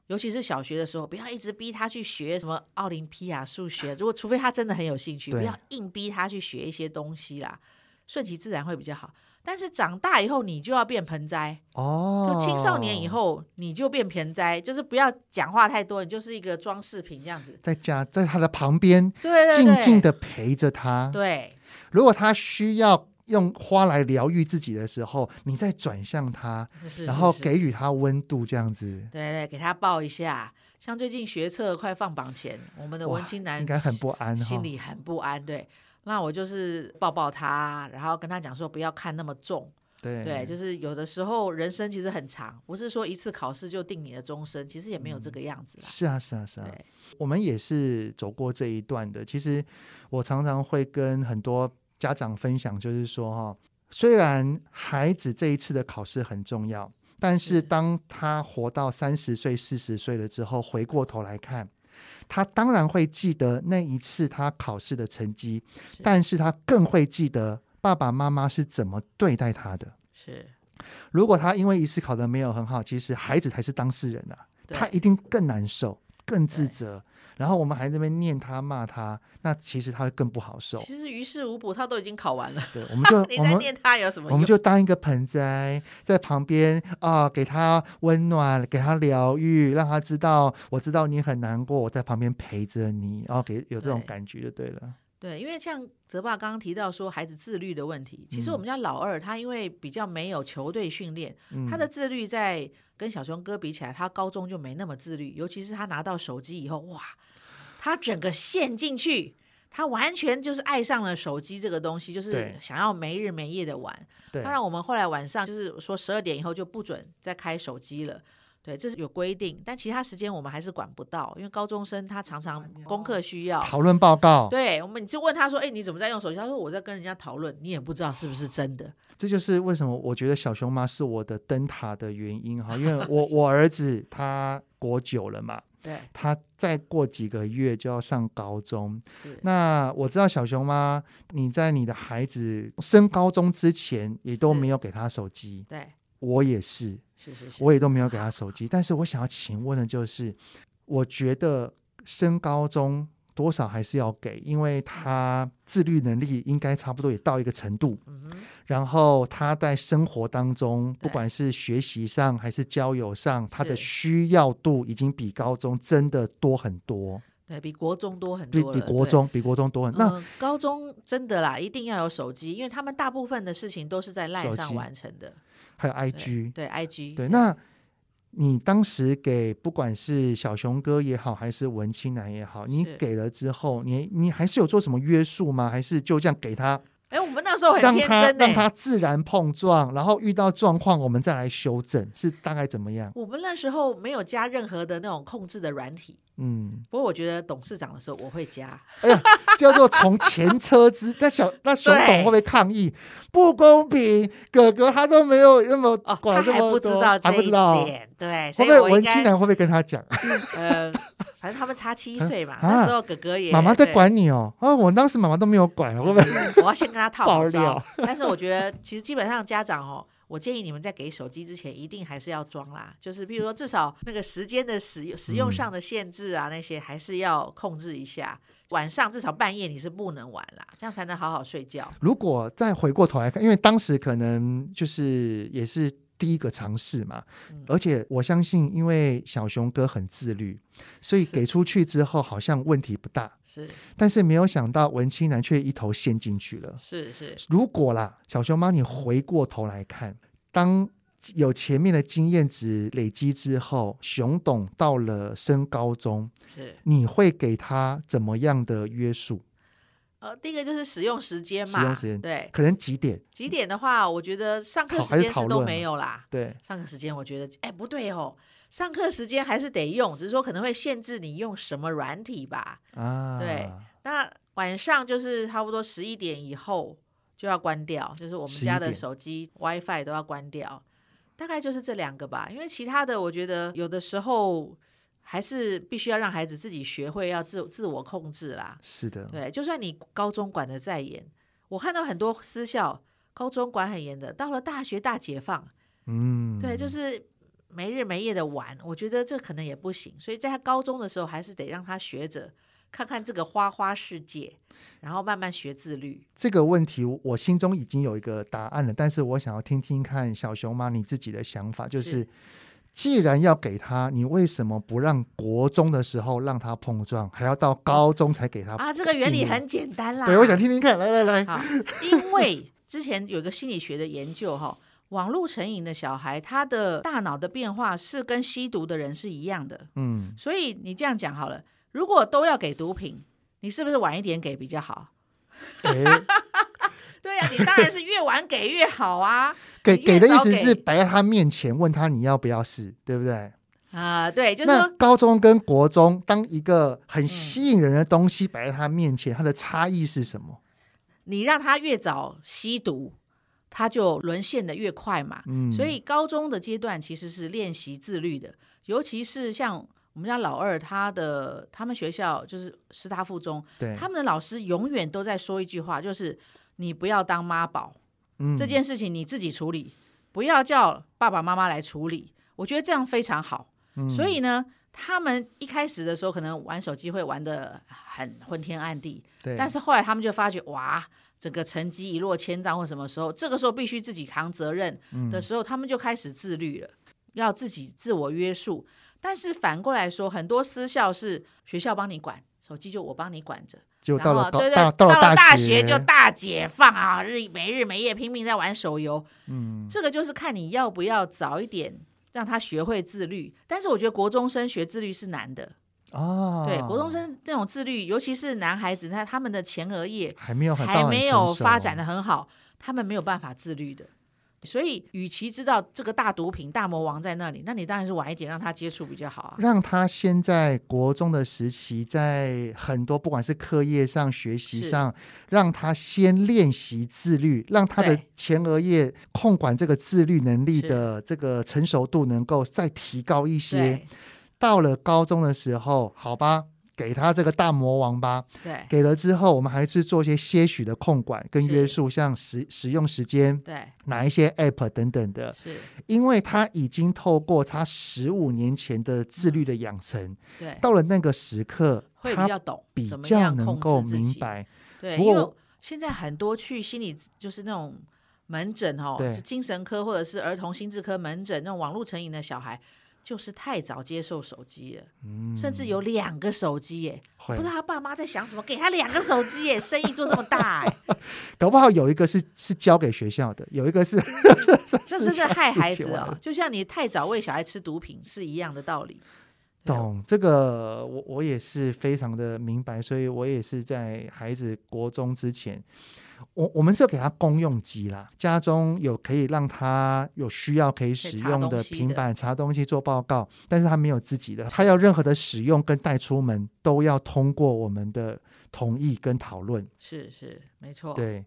Speaker 2: 尤其是小学的时候，不要一直逼他去学什么奥林匹亚数学，如果除非他真的很有兴趣，不
Speaker 1: 对
Speaker 2: 要硬逼他去学一些东西啦。顺其自然会比较好。但是长大以后，你就要变盆栽，
Speaker 1: 哦，
Speaker 2: 就青少年以后你就变盆栽，就是不要讲话太多，你就是一个装饰品这样子。
Speaker 1: 在家，在他的旁边
Speaker 2: 对对对，
Speaker 1: 静静的陪着他。
Speaker 2: 对
Speaker 1: 如果他需要用花来疗愈自己的时候，你再转向他，
Speaker 2: 是，是
Speaker 1: 然后
Speaker 2: 是
Speaker 1: 给予他温度，这样子，
Speaker 2: 对对给他抱一下。像最近学测快放榜前，我们的
Speaker 1: 哇
Speaker 2: 文青男
Speaker 1: 应该很不安哈
Speaker 2: 心。里很不安。对，那我就是抱抱他，然后跟他讲说不要看那么重。
Speaker 1: 对
Speaker 2: 对，就是有的时候人生其实很长，不是说一次考试就定你的终身，其实也没有这个样子啦。
Speaker 1: 是啊，是啊，是啊。
Speaker 2: 对，
Speaker 1: 我们也是走过这一段的。其实我常常会跟很多家长分享，就是说哈、虽然孩子这一次的考试很重要，但
Speaker 2: 是
Speaker 1: 是当他活到三十岁、四十岁了之后，回过头来看。他当然会记得那一次他考试的成绩，
Speaker 2: 是
Speaker 1: 但是他更会记得爸爸妈妈是怎么对待他的。
Speaker 2: 是，
Speaker 1: 如果他因为一次考得没有很好，其实孩子才是当事人啊，
Speaker 2: 对
Speaker 1: 他一定更难受、更自
Speaker 2: 对
Speaker 1: 责。然后我们还在那边念他、骂他，那其实他会更不好受。
Speaker 2: 其实于事无补，他都已经考完了，
Speaker 1: 对，我们就
Speaker 2: [laughs] 你
Speaker 1: 我
Speaker 2: 再
Speaker 1: 们
Speaker 2: 念他有什么
Speaker 1: 我
Speaker 2: 用
Speaker 1: 们？就当一个盆栽，在旁边啊、给他温暖，给他疗愈，让他知道我知道你很难过，我在旁边陪着你，然后给有这种
Speaker 2: 对
Speaker 1: 感觉就对了。
Speaker 2: 对，因为像泽爸刚刚提到说孩子自律的问题，其实
Speaker 1: 嗯
Speaker 2: 我们家老二他因为比较没有球队训练，
Speaker 1: 嗯，
Speaker 2: 他的自律在跟小熊哥比起来，他高中就没那么自律，尤其是他拿到手机以后，哇，他整个陷进去。他完全就是爱上了手机这个东西，就是
Speaker 1: 对
Speaker 2: 想要没日没夜的玩。
Speaker 1: 对
Speaker 2: 当然，我们后来晚上就是说十二点以后就不准再开手机了，对，这是有规定。但其他时间我们还是管不到，因为高中生他常常功课需要。
Speaker 1: 讨论报告，
Speaker 2: 对，我们你就问他说：“哎、你怎么在用手机？”他说：“我在跟人家讨论，你也不知道是不是真的。
Speaker 1: 这就是为什么我觉得小熊妈是我的灯塔的原因哈，因为我我儿子他国九了嘛，”
Speaker 2: 对，
Speaker 1: 他再过几个月就要上高中。
Speaker 2: 是
Speaker 1: 那我知道小熊妈，你在你的孩子升高中之前也都
Speaker 2: 是
Speaker 1: 没有给他手机，
Speaker 2: 对，
Speaker 1: 我也是，
Speaker 2: 是是是，
Speaker 1: 我也都没有给他手机。但是我想要请问的就是，我觉得升高中多少还是要给，因为他自律能力应该差不多也到一个程度。
Speaker 2: 嗯哼，
Speaker 1: 然后他在生活当中，
Speaker 2: 对
Speaker 1: 不管是学习上还是交友上，他的
Speaker 2: 是
Speaker 1: 需要度已经比高中真的多很多，
Speaker 2: 对比国中多很
Speaker 1: 比
Speaker 2: 多了。
Speaker 1: 比国
Speaker 2: 对
Speaker 1: 中比国中多很。那
Speaker 2: 呃高中真的啦，一定要有手机，因为他们大部分的事情都是在 LINE
Speaker 1: 手
Speaker 2: 上
Speaker 1: 机
Speaker 2: 完成的。
Speaker 1: 还有
Speaker 2: 对
Speaker 1: IG，
Speaker 2: 对 IG
Speaker 1: 对，那你当时给不管是小熊哥也好，还是文青男也好，你
Speaker 2: 是
Speaker 1: 给了之后，你你还是有做什么约束吗？还是就这样给他？
Speaker 2: 哎，我们那时候很
Speaker 1: 让
Speaker 2: 天
Speaker 1: 它
Speaker 2: 真欸
Speaker 1: 让
Speaker 2: 呢、
Speaker 1: 它自然碰撞，然后遇到状况我们再来修正，是大概怎么样？
Speaker 2: 我们那时候没有加任何的那种控制的软体，
Speaker 1: 嗯，
Speaker 2: 不过我觉得董事长的时候我会加，
Speaker 1: 哎呀，叫做从前车之那小那熊董
Speaker 2: 对
Speaker 1: 会不会抗议不公平？哥哥他都没有那么
Speaker 2: 哦，
Speaker 1: 管
Speaker 2: 他
Speaker 1: 这
Speaker 2: 还
Speaker 1: 么
Speaker 2: 不知
Speaker 1: 多，
Speaker 2: 道这
Speaker 1: 还不
Speaker 2: 一
Speaker 1: 知道，哦
Speaker 2: 点，对，所
Speaker 1: 会
Speaker 2: 以
Speaker 1: 不会
Speaker 2: 我应
Speaker 1: 文青
Speaker 2: 该
Speaker 1: [laughs] 男会不会跟他讲？
Speaker 2: 呃，反正他们差七岁嘛，
Speaker 1: 啊
Speaker 2: 那时候哥哥也
Speaker 1: 妈妈在
Speaker 2: 对
Speaker 1: 管你哦，啊，我当时妈妈都没有管，会不会？
Speaker 2: [laughs] 我要先跟他套
Speaker 1: 爆
Speaker 2: 好招
Speaker 1: 料。
Speaker 2: 但是我觉得，其实基本上家长哦，我建议你们在给手机之前，一定还是要装啦。就是比如说，至少那个时间的使用、
Speaker 1: 嗯
Speaker 2: 使用上的限制啊，那些还是要控制一下。晚上至少半夜你是不能玩啦，这样才能好好睡觉。
Speaker 1: 如果再回过头来看，因为当时可能就是也是第一个尝试嘛，
Speaker 2: 嗯
Speaker 1: 而且我相信，因为小熊哥很自律，所以
Speaker 2: 是
Speaker 1: 给出去之后好像问题不大，
Speaker 2: 是
Speaker 1: 但是没有想到文青男却一头陷进去了。
Speaker 2: 是是，
Speaker 1: 如果啦，小熊妈，你回过头来看，当有前面的经验值累积之后，熊董到了升高中，
Speaker 2: 是，
Speaker 1: 你会给他怎么样的约束？
Speaker 2: 呃，第一个就是使用时间嘛，
Speaker 1: 使用时间
Speaker 2: 对
Speaker 1: 可能几点？
Speaker 2: 几点的话，我觉得上课
Speaker 1: 讨
Speaker 2: 时
Speaker 1: 还是
Speaker 2: 间
Speaker 1: 讨
Speaker 2: 是都
Speaker 1: 论
Speaker 2: 没
Speaker 1: 嘛
Speaker 2: 有啦。
Speaker 1: 对，
Speaker 2: 上课时间我觉得，哎，不对哦，上课时间还是得用，只是说可能会限制你用什么软体吧。
Speaker 1: 啊，
Speaker 2: 对那晚上就是差不多十一点以后就要关掉，就是我们
Speaker 1: 11
Speaker 2: 家的
Speaker 1: 点
Speaker 2: 手机、WiFi 都要关掉。大概就是这两个吧，因为其他的我觉得有的时候还是必须要让孩子自己学会要自自我控制啦。
Speaker 1: 是的，
Speaker 2: 对，就算你高中管的再严，我看到很多私校高中管很严的，到了大学大解放，
Speaker 1: 嗯，
Speaker 2: 对，就是没日没夜的玩，我觉得这可能也不行。所以在他高中的时候，还是得让他学着看看这个花花世界，然后慢慢学自律。
Speaker 1: 这个问题，我心中已经有一个答案了，但是我想要听听看小熊妈你自己的想法，就是是既然要给他，你为什么不让国中的时候让他碰撞，还要到高中才给他？
Speaker 2: 啊，这个原理
Speaker 1: 进入
Speaker 2: 很简单啦。
Speaker 1: 对，我想听听看，来来来，
Speaker 2: 好，因为之前有一个心理学的研究哈、网络成瘾的小孩，他的大脑的变化是跟吸毒的人是一样的。
Speaker 1: 嗯，
Speaker 2: 所以你这样讲好了，如果都要给毒品，你是不是晚一点给比较好？
Speaker 1: 诶
Speaker 2: 对呀、 [laughs] 你当然是越晚给越好啊。
Speaker 1: 给
Speaker 2: 你越
Speaker 1: 给的
Speaker 2: 早
Speaker 1: 意思是
Speaker 2: 给
Speaker 1: 摆在他面前，问他你要不要试，对不对？
Speaker 2: [laughs] 啊、对，就是
Speaker 1: 那
Speaker 2: 说，
Speaker 1: 高中跟国中，当一个很吸引人的东西摆在他面前，它的差异是什么？
Speaker 2: 你让他越早吸毒，他就沦陷的越快嘛。
Speaker 1: 嗯，
Speaker 2: 所以高中的阶段其实是练习自律的，尤其是像我们家老二，他的他们学校就是师大附中，
Speaker 1: 对
Speaker 2: 他们的老师永远都在说一句话，就是你不要当妈宝，
Speaker 1: 嗯
Speaker 2: 这件事情你自己处理，不要叫爸爸妈妈来处理。我觉得这样非常好。
Speaker 1: 嗯
Speaker 2: 所以呢，他们一开始的时候可能玩手机会玩的很昏天暗地，
Speaker 1: 对，
Speaker 2: 但是后来他们就发觉，哇，整个成绩一落千丈，或什么时候，这个时候必须自己扛责任
Speaker 1: 嗯
Speaker 2: 的时候，他们就开始自律了，要自己自我约束。但是反过来说，很多私校是学校帮你管，手机就我帮你管着，
Speaker 1: 就到
Speaker 2: 然
Speaker 1: 了
Speaker 2: 后
Speaker 1: 高
Speaker 2: 对对，
Speaker 1: 到
Speaker 2: 了
Speaker 1: 了
Speaker 2: 大
Speaker 1: 学
Speaker 2: 就大解放啊，日没日没夜拼命在玩手游，
Speaker 1: 嗯
Speaker 2: 这个就是看你要不要早一点让他学会自律。但是我觉得国中生学自律是难的，
Speaker 1: 啊，
Speaker 2: 对，国中生那种自律，尤其是男孩子，那他们的前额叶
Speaker 1: 还没有很哦
Speaker 2: 还没有发展
Speaker 1: 的
Speaker 2: 的很好，他们没有办法自律的。所以，与其知道这个大毒品、大魔王在那里，那你当然是晚一点让他接触比较好啊。
Speaker 1: 让他先在国中的时期，在很多不管是课业上、学习
Speaker 2: 是
Speaker 1: 上，让他先练习自律，让他的
Speaker 2: 对
Speaker 1: 前额叶控管这个自律能力
Speaker 2: 是
Speaker 1: 的这个成熟度能够再提高一些。
Speaker 2: 对
Speaker 1: 到了高中的时候，好吧，给他这个大魔王吧。
Speaker 2: 对
Speaker 1: 给了之后，我们还是做一些些许的控管跟
Speaker 2: 是
Speaker 1: 约束，像使使用时间、
Speaker 2: 对，
Speaker 1: 哪一些 App 等等的。
Speaker 2: 是，
Speaker 1: 因为他已经透过他十五年前的自律的养成，
Speaker 2: 对，
Speaker 1: 到了那个时刻，
Speaker 2: 会比
Speaker 1: 他
Speaker 2: 较懂
Speaker 1: 比
Speaker 2: 怎么
Speaker 1: 较
Speaker 2: 样
Speaker 1: 能
Speaker 2: 控
Speaker 1: 够
Speaker 2: 制自
Speaker 1: 明
Speaker 2: 己。
Speaker 1: 白。
Speaker 2: 对，
Speaker 1: 不
Speaker 2: 因
Speaker 1: 过
Speaker 2: 为
Speaker 1: 我
Speaker 2: 现在很多去心理就是那种门诊哦，
Speaker 1: 对
Speaker 2: 就精神科或者是儿童心智科门诊那种网络成瘾的小孩，就是太早接受手机了，
Speaker 1: 嗯，
Speaker 2: 甚至有两个手机耶，不
Speaker 1: 会
Speaker 2: 知道他爸妈在想什么，给他两个手
Speaker 1: [laughs]
Speaker 2: 机耶，生意做这么大哎，
Speaker 1: 搞不好有一个是是交给学校的，有一个是
Speaker 2: 这真是害孩子
Speaker 1: 啊
Speaker 2: 哦！。就像你太早喂小孩吃毒品是一样的道理。对哦
Speaker 1: 懂这个，我我也是非常的明白，所以我也是在孩子国中之前，我我们是有给他公用机啦，家中有可以让他有需要可以使用
Speaker 2: 可以查东
Speaker 1: 的
Speaker 2: 西的
Speaker 1: 平板查东西做报告，但是他没有自己的，他要任何的使用跟带出门都要通过我们的同意跟讨论。
Speaker 2: 是是，没错，
Speaker 1: 对，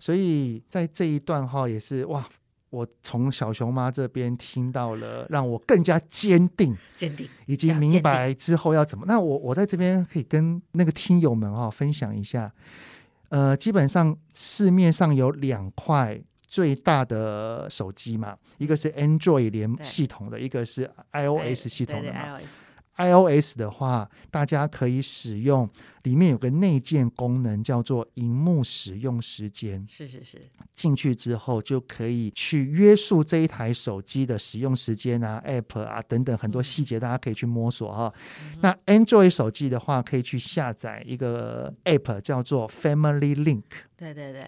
Speaker 1: 所以在这一段哈也是哇，我从小熊妈这边听到了，让我更加坚定，
Speaker 2: 坚定
Speaker 1: 已经
Speaker 2: 要
Speaker 1: 明
Speaker 2: 坚
Speaker 1: 白之后要怎么。那我我在这边可以跟那个听友们哈、分享一下，呃，基本上市面上有两块。最大的手机嘛，一个是 Android 联
Speaker 2: 对
Speaker 1: 系统的，一个是
Speaker 2: 对
Speaker 1: iOS 系统
Speaker 2: 对
Speaker 1: 的
Speaker 2: 对
Speaker 1: 嘛。
Speaker 2: iOS
Speaker 1: iOS 的话，大家可以使用里面有个内建功能叫做荧幕使用时间，
Speaker 2: 是是是，
Speaker 1: 进去之后就可以去约束这一台手机的使用时间啊、App 啊等等很多
Speaker 2: 嗯
Speaker 1: 细节，大家可以去摸索哈、
Speaker 2: 嗯哼
Speaker 1: 那 Android 手机的话，可以去下载一个 App 叫做 Family Link。
Speaker 2: 对对对，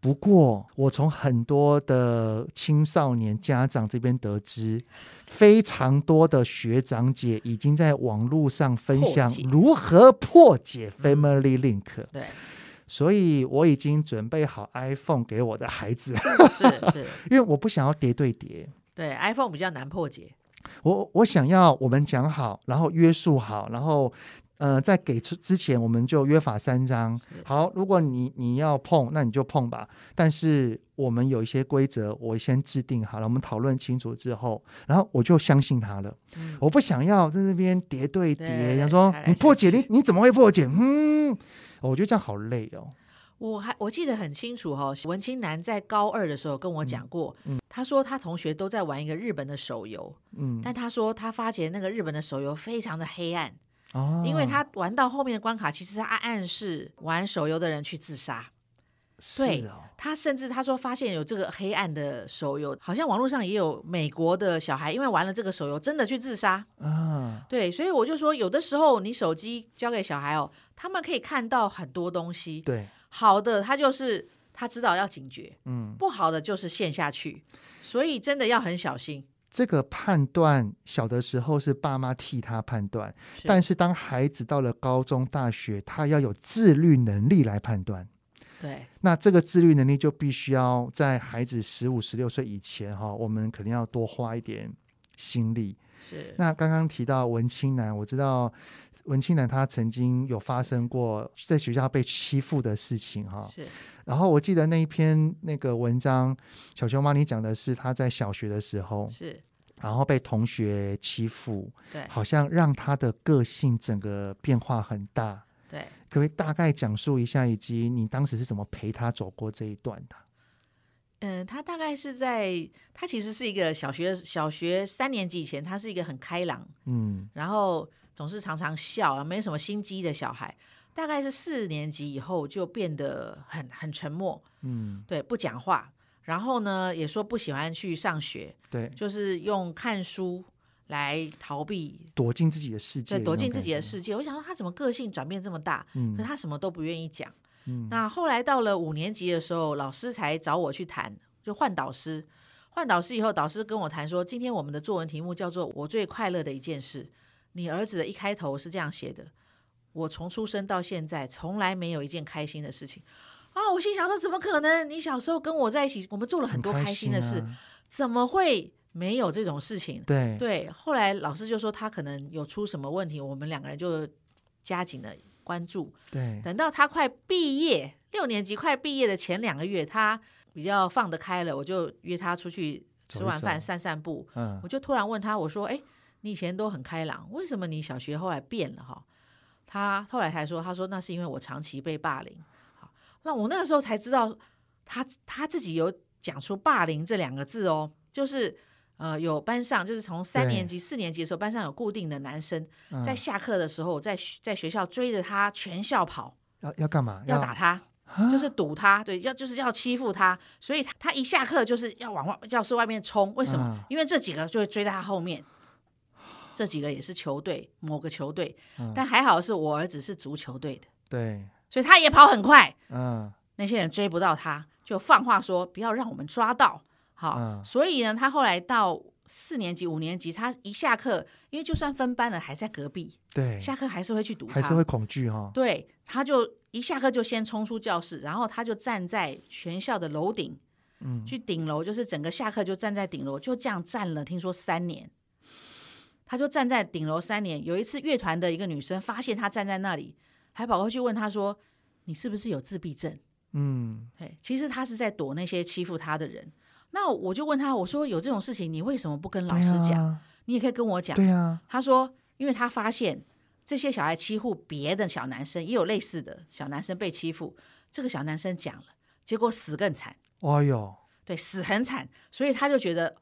Speaker 1: 不过，我从很多的青少年家长这边得知，非常多的学长姐已经在网络上分享
Speaker 2: 破解嗯
Speaker 1: 如何破解 Family Link，、
Speaker 2: 对，
Speaker 1: 所以我已经准备好 iPhone 给我的孩子，
Speaker 2: 是是，
Speaker 1: 因为我不想要叠对叠，
Speaker 2: 对 iPhone 比较难破解，
Speaker 1: 我我想要我们讲好，然后约束好，然后。呃，在给出之前，我们就约法三章
Speaker 2: 是。
Speaker 1: 好，如果你你要碰，那你就碰吧。但是我们有一些规则，我先制定好了，我们讨论清楚之后，然后我就相信他了。
Speaker 2: 嗯
Speaker 1: 我不想要在那边叠对
Speaker 2: 对
Speaker 1: 叠，
Speaker 2: 对
Speaker 1: 想说
Speaker 2: 下来
Speaker 1: 你破解，
Speaker 2: 下
Speaker 1: 你
Speaker 2: 去
Speaker 1: 你怎么会破解？嗯，我觉得这样好累哦。
Speaker 2: 我还我记得很清楚哈、哦，文青男在高二的时候跟我
Speaker 1: 嗯
Speaker 2: 讲过，他说他同学都在玩一个日本的手游，
Speaker 1: 嗯，
Speaker 2: 但他说他发觉那个日本的手游非常的黑暗，
Speaker 1: 哦，
Speaker 2: 因为他玩到后面的关卡，其实他暗示玩手游的人去自杀。
Speaker 1: 是
Speaker 2: 对
Speaker 1: 哦，
Speaker 2: 他甚至他说发现有这个黑暗的手游，好像网络上也有美国的小孩因为玩了这个手游真的去自杀。
Speaker 1: 啊，
Speaker 2: 对，所以我就说，有的时候你手机交给小孩哦，他们可以看到很多东西，
Speaker 1: 对，
Speaker 2: 好的，他就是他知道要警觉，
Speaker 1: 嗯，
Speaker 2: 不好的就是陷下去，所以真的要很小心。
Speaker 1: 这个判断小的时候是爸妈替他判断，
Speaker 2: 是
Speaker 1: 但是当孩子到了高中、大学，他要有自律能力来判断。
Speaker 2: 对
Speaker 1: 那这个自律能力就必须要在孩子十五、十六岁以前哈、我们肯定要多花一点心力。
Speaker 2: 是
Speaker 1: 那刚刚提到文青男，我知道文青男他曾经有发生过在学校被欺负的事情哈、
Speaker 2: 是
Speaker 1: 然后我记得那一篇那个文章，小熊妈你讲的是他在小学的时候，
Speaker 2: 是，
Speaker 1: 然后被同学欺负，
Speaker 2: 对
Speaker 1: 好像让他的个性整个变化很大。
Speaker 2: 对。
Speaker 1: 可不可以大概讲述一下，以及你当时是怎么陪他走过这一段的？
Speaker 2: 嗯，他大概是在他其实是一个小学小学三年级以前，他是一个很开朗，
Speaker 1: 嗯，
Speaker 2: 然后总是常常笑，啊，没什么心机的小孩。大概是四年级以后就变得很很沉默，
Speaker 1: 嗯，
Speaker 2: 对，不讲话。然后呢，也说不喜欢去上学，
Speaker 1: 对，
Speaker 2: 就是用看书来逃避，
Speaker 1: 躲进自己的世界，
Speaker 2: 对，躲进自己的
Speaker 1: 世，
Speaker 2: 世界。我想说他怎么个性转变这么大？
Speaker 1: 嗯
Speaker 2: 可他什么都不愿意讲。
Speaker 1: 嗯
Speaker 2: 那后来到了五年级的时候，老师才找我去谈，就换导师。换导师以后，导师跟我谈说，今天我们的作文题目叫做“我最快乐的一件事”。你儿子的一开头是这样写的：“我从出生到现在，从来没有一件开心的事情。”啊，我心想说，怎么可能？你小时候跟我在一起，我们做了很多
Speaker 1: 开
Speaker 2: 开心的事，
Speaker 1: 啊
Speaker 2: 怎么会没有这种事情？
Speaker 1: 对，
Speaker 2: 对，后来老师就说他可能有出什么问题，我们两个人就加紧了关注。
Speaker 1: 对，
Speaker 2: 等到他快毕业，六年级快毕业的前两个月，他比较放得开了，我就约他出去吃
Speaker 1: 走一
Speaker 2: 完饭、
Speaker 1: 走
Speaker 2: 散散步。
Speaker 1: 嗯
Speaker 2: 我，就突然问他，我说：“哎，你以前都很开朗，为什么你小学后来变了？”哈，他后来才说，他说那是因为我长期被霸凌。好，那我那个时候才知道他他自己有讲出“霸凌”这两个字哦，就是呃，有班上就是从三
Speaker 1: 对
Speaker 2: 年级、四年级的时候，班上有固定的男生
Speaker 1: 嗯
Speaker 2: 在下课的时候，在在学校追着他全校跑，
Speaker 1: 要要干嘛？
Speaker 2: 要打他。
Speaker 1: 啊
Speaker 2: 就是堵他，对，要就是要欺负他，所以他他一下课就是要往外教室外面冲，为什么？
Speaker 1: 嗯
Speaker 2: 因为这几个就会追在他后面，这几个也是球队某个球队，
Speaker 1: 嗯
Speaker 2: 但还好是我儿子是足球队的，
Speaker 1: 对，
Speaker 2: 所以他也跑很快，
Speaker 1: 嗯，
Speaker 2: 那些人追不到他，就放话说不要让我们抓到，好，
Speaker 1: 嗯
Speaker 2: 所以呢，他后来到四年级、五年级，他一下课，因为就算分班了，还在隔壁，
Speaker 1: 对，
Speaker 2: 下课还是会去堵他，
Speaker 1: 还是会恐惧哈，
Speaker 2: 对，他就一下课就先冲出教室，然后他就站在全校的楼顶，
Speaker 1: 嗯，
Speaker 2: 去顶楼，就是整个下课就站在顶楼，就这样站了，听说三年。他就站在顶楼三年。有一次，乐团的一个女生发现他站在那里，还跑过去问他说：“你是不是有自闭症？”
Speaker 1: 嗯，
Speaker 2: 哎，其实他是在躲那些欺负他的人。那我就问他，我说有这种事情，你为什么不跟老师
Speaker 1: 对
Speaker 2: 讲？
Speaker 1: 啊
Speaker 2: 你也可以跟我讲。
Speaker 1: 对啊，
Speaker 2: 他说，因为他发现这些小孩欺负别的小男生，也有类似的小男生被欺负，这个小男生讲了，结果死更惨，
Speaker 1: 哦哟，
Speaker 2: 对，死很惨，所以他就觉得，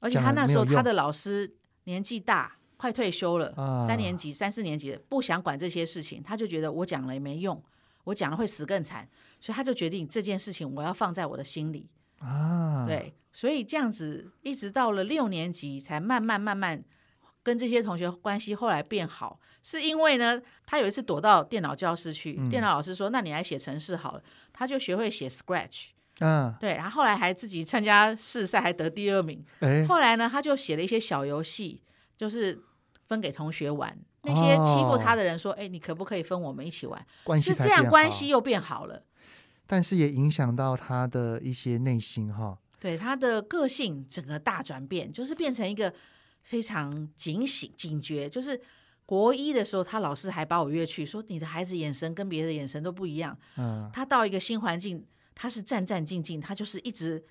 Speaker 2: 而且
Speaker 1: 讲
Speaker 2: 他
Speaker 1: 了
Speaker 2: 那
Speaker 1: 没
Speaker 2: 时候
Speaker 1: 有
Speaker 2: 他
Speaker 1: 用
Speaker 2: 的老师年纪大，快退休了，
Speaker 1: 啊
Speaker 2: 三年级、三四年级了不想管这些事情，他就觉得我讲了也没用，我讲了会死更惨，所以他就决定这件事情我要放在我的心里。
Speaker 1: 啊，，
Speaker 2: 对，所以这样子一直到了六年级，才慢慢慢慢跟这些同学关系后来变好，是因为呢，他有一次躲到电脑教室去，
Speaker 1: 嗯
Speaker 2: 电脑老师说：“那你来写程式好了。”他就学会写 Scratch，
Speaker 1: 嗯，
Speaker 2: 对，然后后来还自己参加试赛，还得第二名。
Speaker 1: 哎，
Speaker 2: [laughs] 后来呢，他就写了一些小游戏，就是分给同学玩。那些欺负他的人说：“哎、你可不可以分我们一起玩？”
Speaker 1: 关系
Speaker 2: 是
Speaker 1: 哦才
Speaker 2: 这样，
Speaker 1: 变
Speaker 2: 关
Speaker 1: 好
Speaker 2: 系，又变好了。
Speaker 1: 但是也影响到他的一些内心哈，
Speaker 2: 对他的个性整个大转变，就是变成一个非常警醒、警觉。就是国一的时候，他老师还把我约去说，你的孩子眼神跟别的眼神都不一样。
Speaker 1: 嗯，
Speaker 2: 他到一个新环境，他是战战兢兢，他就是一直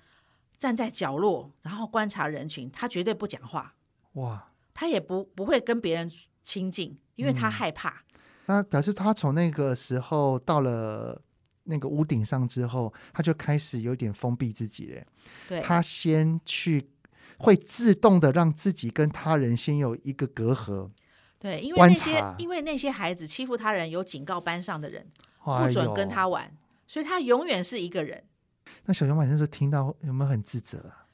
Speaker 2: 站在角落，然后观察人群，他绝对不讲话，
Speaker 1: 哇，
Speaker 2: 他也不不会跟别人亲近，因为他
Speaker 1: 嗯
Speaker 2: 害怕。
Speaker 1: 那表示他从那个时候到了。那个屋顶上之后，他就开始有点封闭自己嘞。
Speaker 2: 对，
Speaker 1: 他先去，会自动的让自己跟他人先有一个隔阂。
Speaker 2: 对，因为
Speaker 1: 观
Speaker 2: 那些
Speaker 1: 察
Speaker 2: 因为那些孩子欺负他人，有警告班上的人，
Speaker 1: 哎
Speaker 2: 不
Speaker 1: 呦
Speaker 2: 准跟他玩，所以他永远是一个人。
Speaker 1: 那小熊马那时候听到有没有很自责啊？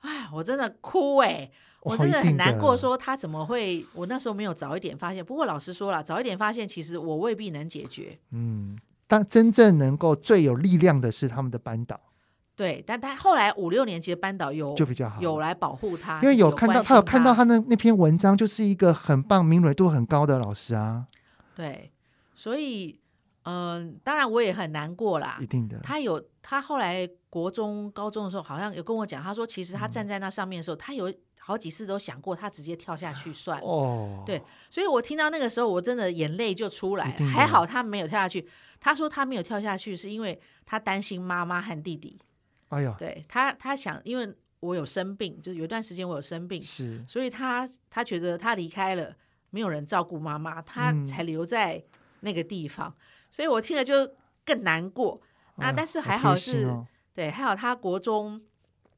Speaker 2: 哎，我真的哭哎、我
Speaker 1: 哇
Speaker 2: 真
Speaker 1: 一
Speaker 2: 的很
Speaker 1: 定
Speaker 2: 难过，说他怎么会？我那时候没有早一点发现。不过老实说了，早一点发现，其实我未必能解决。
Speaker 1: 嗯，但真正能够最有力量的是他们的班导，
Speaker 2: 对，但他后来五六年级的班导有
Speaker 1: 就比较好。
Speaker 2: 有来保护他，
Speaker 1: 因为
Speaker 2: 啊就是有
Speaker 1: 看到
Speaker 2: 关
Speaker 1: 他有
Speaker 2: 心嗯
Speaker 1: 看到他那那篇文章，就是一个很棒、敏锐度很高的老师啊，
Speaker 2: 对，所以嗯、当然我也很难过啦
Speaker 1: 一。定的。
Speaker 2: 啊他有他后来国中、高中的时候，好像有跟我讲，他说其实
Speaker 1: 嗯
Speaker 2: 他站在那上面的时候，他有好几次都想过他直接跳下去算了。
Speaker 1: 哦，
Speaker 2: 对所以我听到那个时候，我真的眼泪就出来
Speaker 1: 一
Speaker 2: 了。
Speaker 1: 定的
Speaker 2: 还好他没有跳下去。他说他没有跳下去，是因为他担心妈妈和弟弟。
Speaker 1: 哎呦，
Speaker 2: 对他，他想，因为我有生病，就是有一段时间我有生病，
Speaker 1: 是
Speaker 2: 所以他他觉得他离开了，没有人照顾妈妈，他
Speaker 1: 嗯
Speaker 2: 才留在那个地方。所以我听了就更难过。那
Speaker 1: 哎
Speaker 2: 啊但是
Speaker 1: 好
Speaker 2: 还
Speaker 1: 贴
Speaker 2: 好
Speaker 1: 心
Speaker 2: 是
Speaker 1: 哦
Speaker 2: 对，还好他国中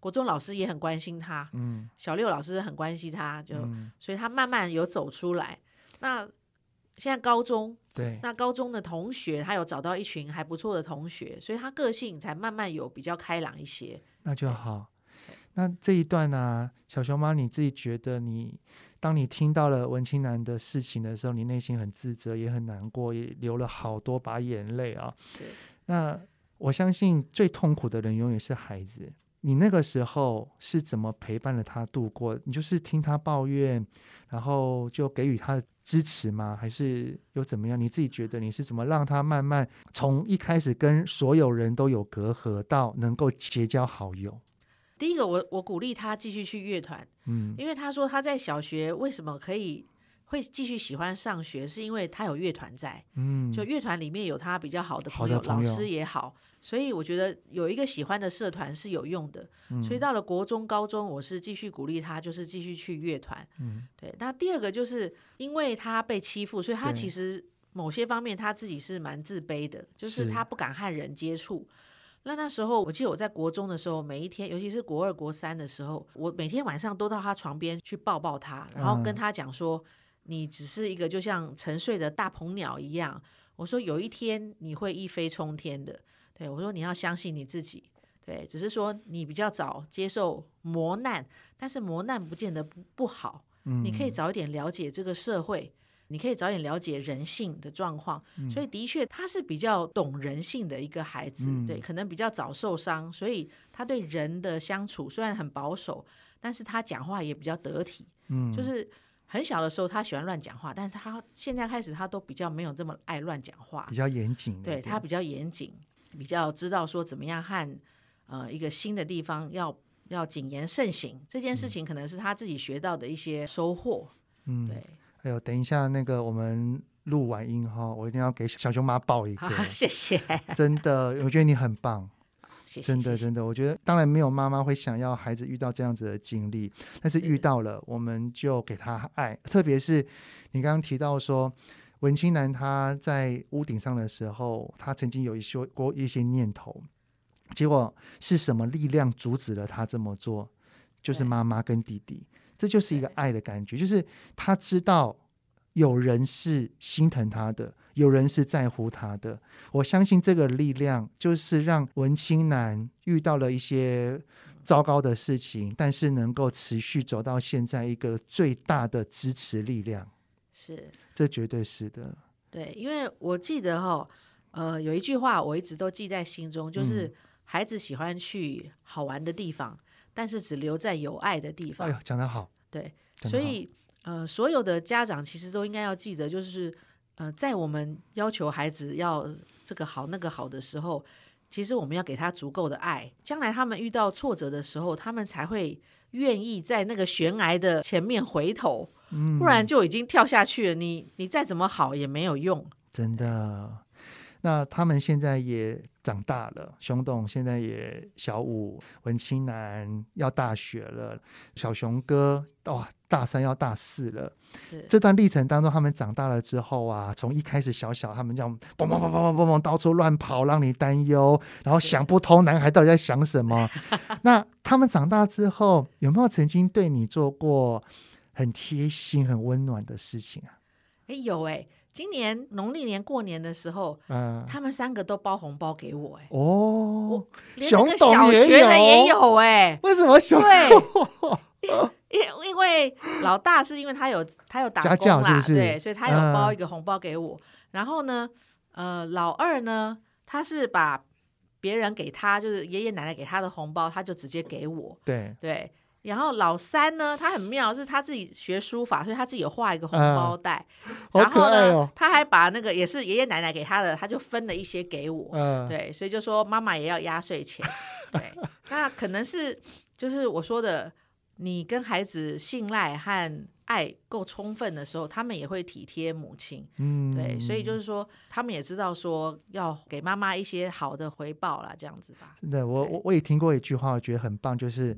Speaker 2: 国中老师也很关心他，
Speaker 1: 嗯
Speaker 2: 小六老师很关心他，就、
Speaker 1: 嗯，
Speaker 2: 所以他慢慢有走出来。那现在高中，
Speaker 1: 对，
Speaker 2: 那高中的同学，他有找到一群还不错的同学，所以他个性才慢慢有比较开朗一些。
Speaker 1: 那就好。那这一段呢、啊，小熊猫，你自己觉得你，当你听到了文青男的事情的时候，你内心很自责，也很难过，也流了好多把眼泪啊。
Speaker 2: 对，
Speaker 1: 那我相信最痛苦的人永远是孩子。你那个时候是怎么陪伴了他度过？你就是听他抱怨，然后就给予他支持吗？还是又怎么样？你自己觉得你是怎么让他慢慢从一开始跟所有人都有隔阂，到能够结交好友？
Speaker 2: 第一个我，我鼓励他继续去乐团，
Speaker 1: 嗯，
Speaker 2: 因为他说他在小学为什么可以会继续喜欢上学，是因为他有乐团在，
Speaker 1: 嗯，
Speaker 2: 就乐团里面有他比较好的
Speaker 1: 好
Speaker 2: 朋友，
Speaker 1: 的朋友
Speaker 2: 老师也好，所以我觉得有一个喜欢的社团是有用的。
Speaker 1: 嗯
Speaker 2: 所以到了国中、高中，我是继续鼓励他，就是继续去乐团。
Speaker 1: 嗯，
Speaker 2: 对。那第二个就是因为他被欺负，所以他
Speaker 1: 对
Speaker 2: 其实某些方面他自己是蛮自卑的，就是
Speaker 1: 是
Speaker 2: 他不敢和人接触。那那时候，我记得我在国中的时候，每一天，尤其是国二、国三的时候，我每天晚上都到他床边去抱抱他，然后跟
Speaker 1: 嗯
Speaker 2: 他讲说：“你只是一个就像沉睡的大鹏鸟一样。”我说：“有一天你会一飞冲天的。”对我说：“你要相信你自己。”对，只是说你比较早接受磨难，但是磨难不见得不不好，你
Speaker 1: 嗯
Speaker 2: 可以早一点了解这个社会，你可以早一点了解人性的状况，
Speaker 1: 嗯
Speaker 2: 所以的确他是比较懂人性的一个孩子，
Speaker 1: 嗯
Speaker 2: 对，可能比较早受伤，所以他对人的相处虽然很保守，但是他讲话也比较得体，
Speaker 1: 嗯，
Speaker 2: 就是很小的时候他喜欢乱讲话，但是他现在开始他都比较没有这么爱乱讲话
Speaker 1: 比，较严谨一
Speaker 2: 对
Speaker 1: 点，
Speaker 2: 他比较严谨，比较知道说怎么样和呃一个新的地方要要谨言慎行这件事情，可能是他自己学到的一些收获。
Speaker 1: 嗯，
Speaker 2: 对，
Speaker 1: 哎呦，等一下那个我们录完音哈，我一定要给小熊妈抱一个
Speaker 2: 好，，谢谢，
Speaker 1: 真的，我觉得你很棒。
Speaker 2: 谢谢
Speaker 1: 真的，
Speaker 2: 谢谢
Speaker 1: 真的，我觉得当然没有妈妈会想要孩子遇到这样子的经历，但是遇到了，我们就给他爱。特别是你刚刚提到说，文青男他在屋顶上的时候，他曾经有一些过一些念头，结果是什么力量阻止了他这么做？就是
Speaker 2: 对
Speaker 1: 妈妈跟弟弟，这就是一个
Speaker 2: 对
Speaker 1: 爱的感觉，就是他知道有人是心疼他的，有人是在乎他的。我相信这个力量，就是让文青男遇到了一些糟糕的事情，但是能够持续走到现在，一个最大的支持力量。
Speaker 2: 是
Speaker 1: 这绝对是的，
Speaker 2: 对，因为我记得哈、呃，有一句话我一直都记在心中，
Speaker 1: 嗯
Speaker 2: 就是孩子喜欢去好玩的地方，但是只留在有爱的地
Speaker 1: 哎
Speaker 2: 方。
Speaker 1: 呦，讲得好，
Speaker 2: 对，
Speaker 1: 讲
Speaker 2: 所
Speaker 1: 得好
Speaker 2: 以呃，所有的家长其实都应该要记得，就是呃，在我们要求孩子要这个好那个好的时候，其实我们要给他足够的爱，将来他们遇到挫折的时候，他们才会愿意在那个悬崖的前面回头，
Speaker 1: 嗯
Speaker 2: 不然就已经跳下去了。你你再怎么好也没有用。
Speaker 1: 真的。那他们现在也长大了，熊董现在也小五，文青男要大学了，小熊哥哇、大三要大四了。
Speaker 2: 是
Speaker 1: 这段历程当中，他们长大了之后啊，从一开始小小，他们这样蹦蹦蹦蹦蹦蹦蹦到处乱跑，让你担忧，然后想不通男孩到底在想什么。那他们长大之后，有没有曾经对你做过很贴心、很温暖的事情啊？
Speaker 2: 哎，有哎、今年农历年过年的时候，
Speaker 1: 嗯、
Speaker 2: 他们三个都包红包给我哎、
Speaker 1: 哦，
Speaker 2: 连
Speaker 1: 熊
Speaker 2: 那个
Speaker 1: 董
Speaker 2: 小
Speaker 1: 也
Speaker 2: 学的
Speaker 1: 有
Speaker 2: 也有哎、
Speaker 1: 为什么熊？
Speaker 2: 对因因为老大是因为他有他有打
Speaker 1: 家
Speaker 2: 工
Speaker 1: 教
Speaker 2: 啦，
Speaker 1: 是不是
Speaker 2: 对，所以他有
Speaker 1: 嗯
Speaker 2: 包一个红包给我。然后呢，呃，老二呢，他是把别人给他就是爷爷奶奶给他的红包，他就直接给我， [laughs]
Speaker 1: 对，
Speaker 2: 对。然后老三呢，他很妙，是他自己学书法，所以他自己有画一个红包袋。
Speaker 1: 嗯好
Speaker 2: 然
Speaker 1: 可
Speaker 2: 后
Speaker 1: 爱
Speaker 2: 呢，
Speaker 1: 哦。
Speaker 2: 他还把那个也是爷爷奶奶给他的，他就分了一些给我。
Speaker 1: 嗯，
Speaker 2: 对，所以就说妈妈也要压岁钱。对，那可能是就是我说的，你跟孩子信赖和爱够充分的时候，他们也会体贴母亲。
Speaker 1: 嗯，
Speaker 2: 对，所以就是说，他们也知道说要给妈妈一些好的回报啦，这样子吧。
Speaker 1: 真的，我
Speaker 2: 对
Speaker 1: 我我也听过一句话，我觉得很棒，就是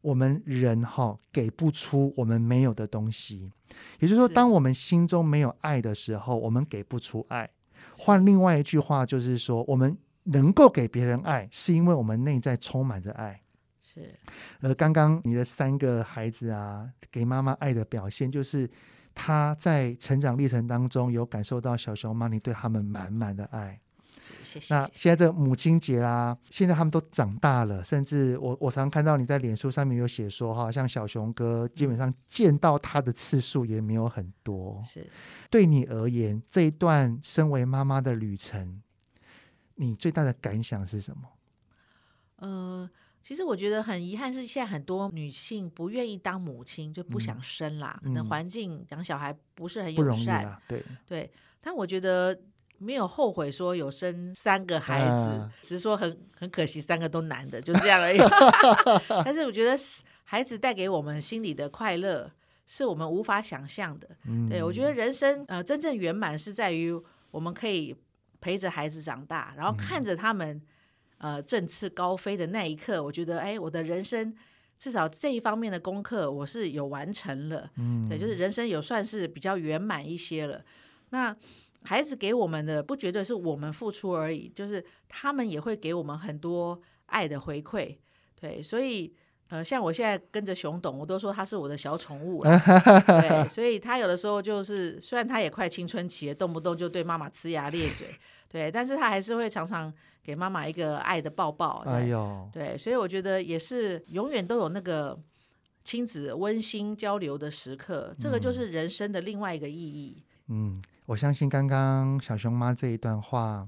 Speaker 1: 我们人哈给不出我们没有的东西，也就是说，
Speaker 2: 是
Speaker 1: 当我们心中没有爱的时候，我们给不出爱。换另外一句话，就是说，我们能够给别人爱，是因为我们内在充满着爱。
Speaker 2: 是
Speaker 1: 呃，刚刚你的三个孩子啊，给妈妈爱的表现，就是他在成长历程当中有感受到小熊妈你对他们满满的爱。
Speaker 2: 是，谢谢。
Speaker 1: 那现在这母亲节啦，现在他们都长大了，甚至我我常看到你在脸书上面有写说哈，像小熊哥基本上见到他的次数也没有很多。
Speaker 2: 嗯是
Speaker 1: 对你而言，这一段身为妈妈的旅程，你最大的感想是什么？
Speaker 2: 呃，其实我觉得很遗憾是，现在很多女性不愿意当母亲，就不想生啦，可能
Speaker 1: 嗯
Speaker 2: 环境养小孩不是很
Speaker 1: 不
Speaker 2: 友
Speaker 1: 容易
Speaker 2: 善。
Speaker 1: 啦，对，
Speaker 2: 对，但我觉得没有后悔说有生三个孩子，
Speaker 1: 嗯
Speaker 2: 只是说很很可惜三个都男的，就这样而已。 [laughs] 但是我觉得是孩子带给我们心里的快乐，是我们无法想象的。
Speaker 1: 嗯，
Speaker 2: 对我觉得人生呃真正圆满是在于我们可以陪着孩子长大，然后
Speaker 1: 嗯
Speaker 2: 看着他们、呃振翅高飞的那一刻，我觉得哎，我的人生至少这一方面的功课我是有完成了。
Speaker 1: 嗯，
Speaker 2: 对，就是人生有算是比较圆满一些了。那孩子给我们的不绝对是我们付出而已，就是他们也会给我们很多爱的回馈。对，所以呃，像我现在跟着熊董，我都说他是我的小宠物了。对，所以他有的时候就是，虽然他也快青春期了，动不动就对妈妈呲牙咧嘴， [laughs] 对，但是他还是会常常给妈妈一个爱的抱抱。对
Speaker 1: 哎呦，
Speaker 2: 对，所以我觉得也是永远都有那个亲子温馨交流的时刻，这个就是人生的另外一个意义。
Speaker 1: 嗯，我相信刚刚小熊妈这一段话，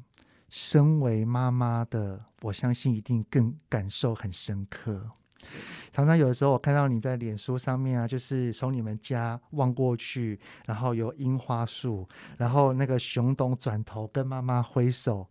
Speaker 1: 身为妈妈的，我相信一定更感受很深刻。常常有的时候我看到你在脸书上面啊，就是从你们家望过去，然后有樱花树，然后那个熊董转头跟妈妈挥手，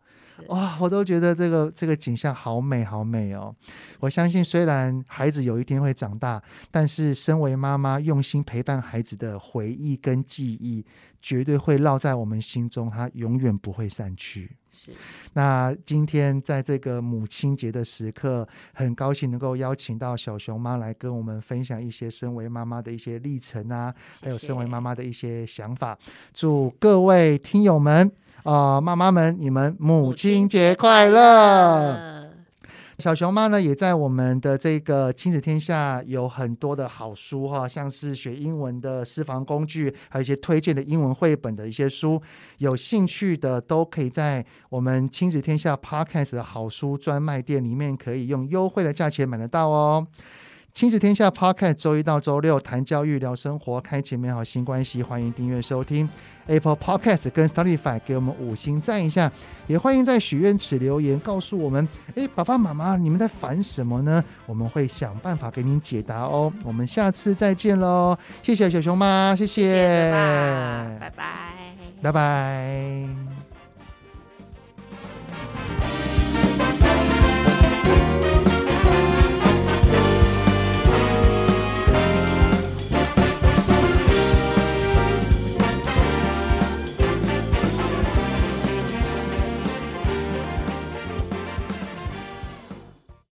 Speaker 1: 哇、我都觉得这个这个景象好美好美哦。我相信，虽然孩子有一天会长大，但是身为妈妈用心陪伴孩子的回忆跟记忆，绝对会烙在我们心中，它永远不会散去。
Speaker 2: 是
Speaker 1: 那今天在这个母亲节的时刻，很高兴能够邀请到小熊妈来跟我们分享一些身为妈妈的一些历程啊，还有身为妈妈的一些想法。祝各位听友们啊、呃妈妈们，你们母亲节快乐！小熊妈呢，也在我们的这个亲子天下有很多的好书哈，像是学英文的私房工具，还有一些推荐的英文绘本的一些书，有兴趣的都可以在我们亲子天下 Podcast 的好书专卖店里面，可以用优惠的价钱买得到哦。亲子天下 Podcast 周一到周六谈教育、聊生活，开启美好新关系，欢迎订阅收听 Apple Podcast 跟 Spotify，给我们五星赞一下，也欢迎在许愿池留言告诉我们，诶，爸爸妈妈你们在烦什么呢？我们会想办法给您解答哦。我们下次再见喽，谢谢小熊妈，谢
Speaker 2: 谢
Speaker 1: 谢，
Speaker 2: 谢爸，拜拜。
Speaker 1: 拜拜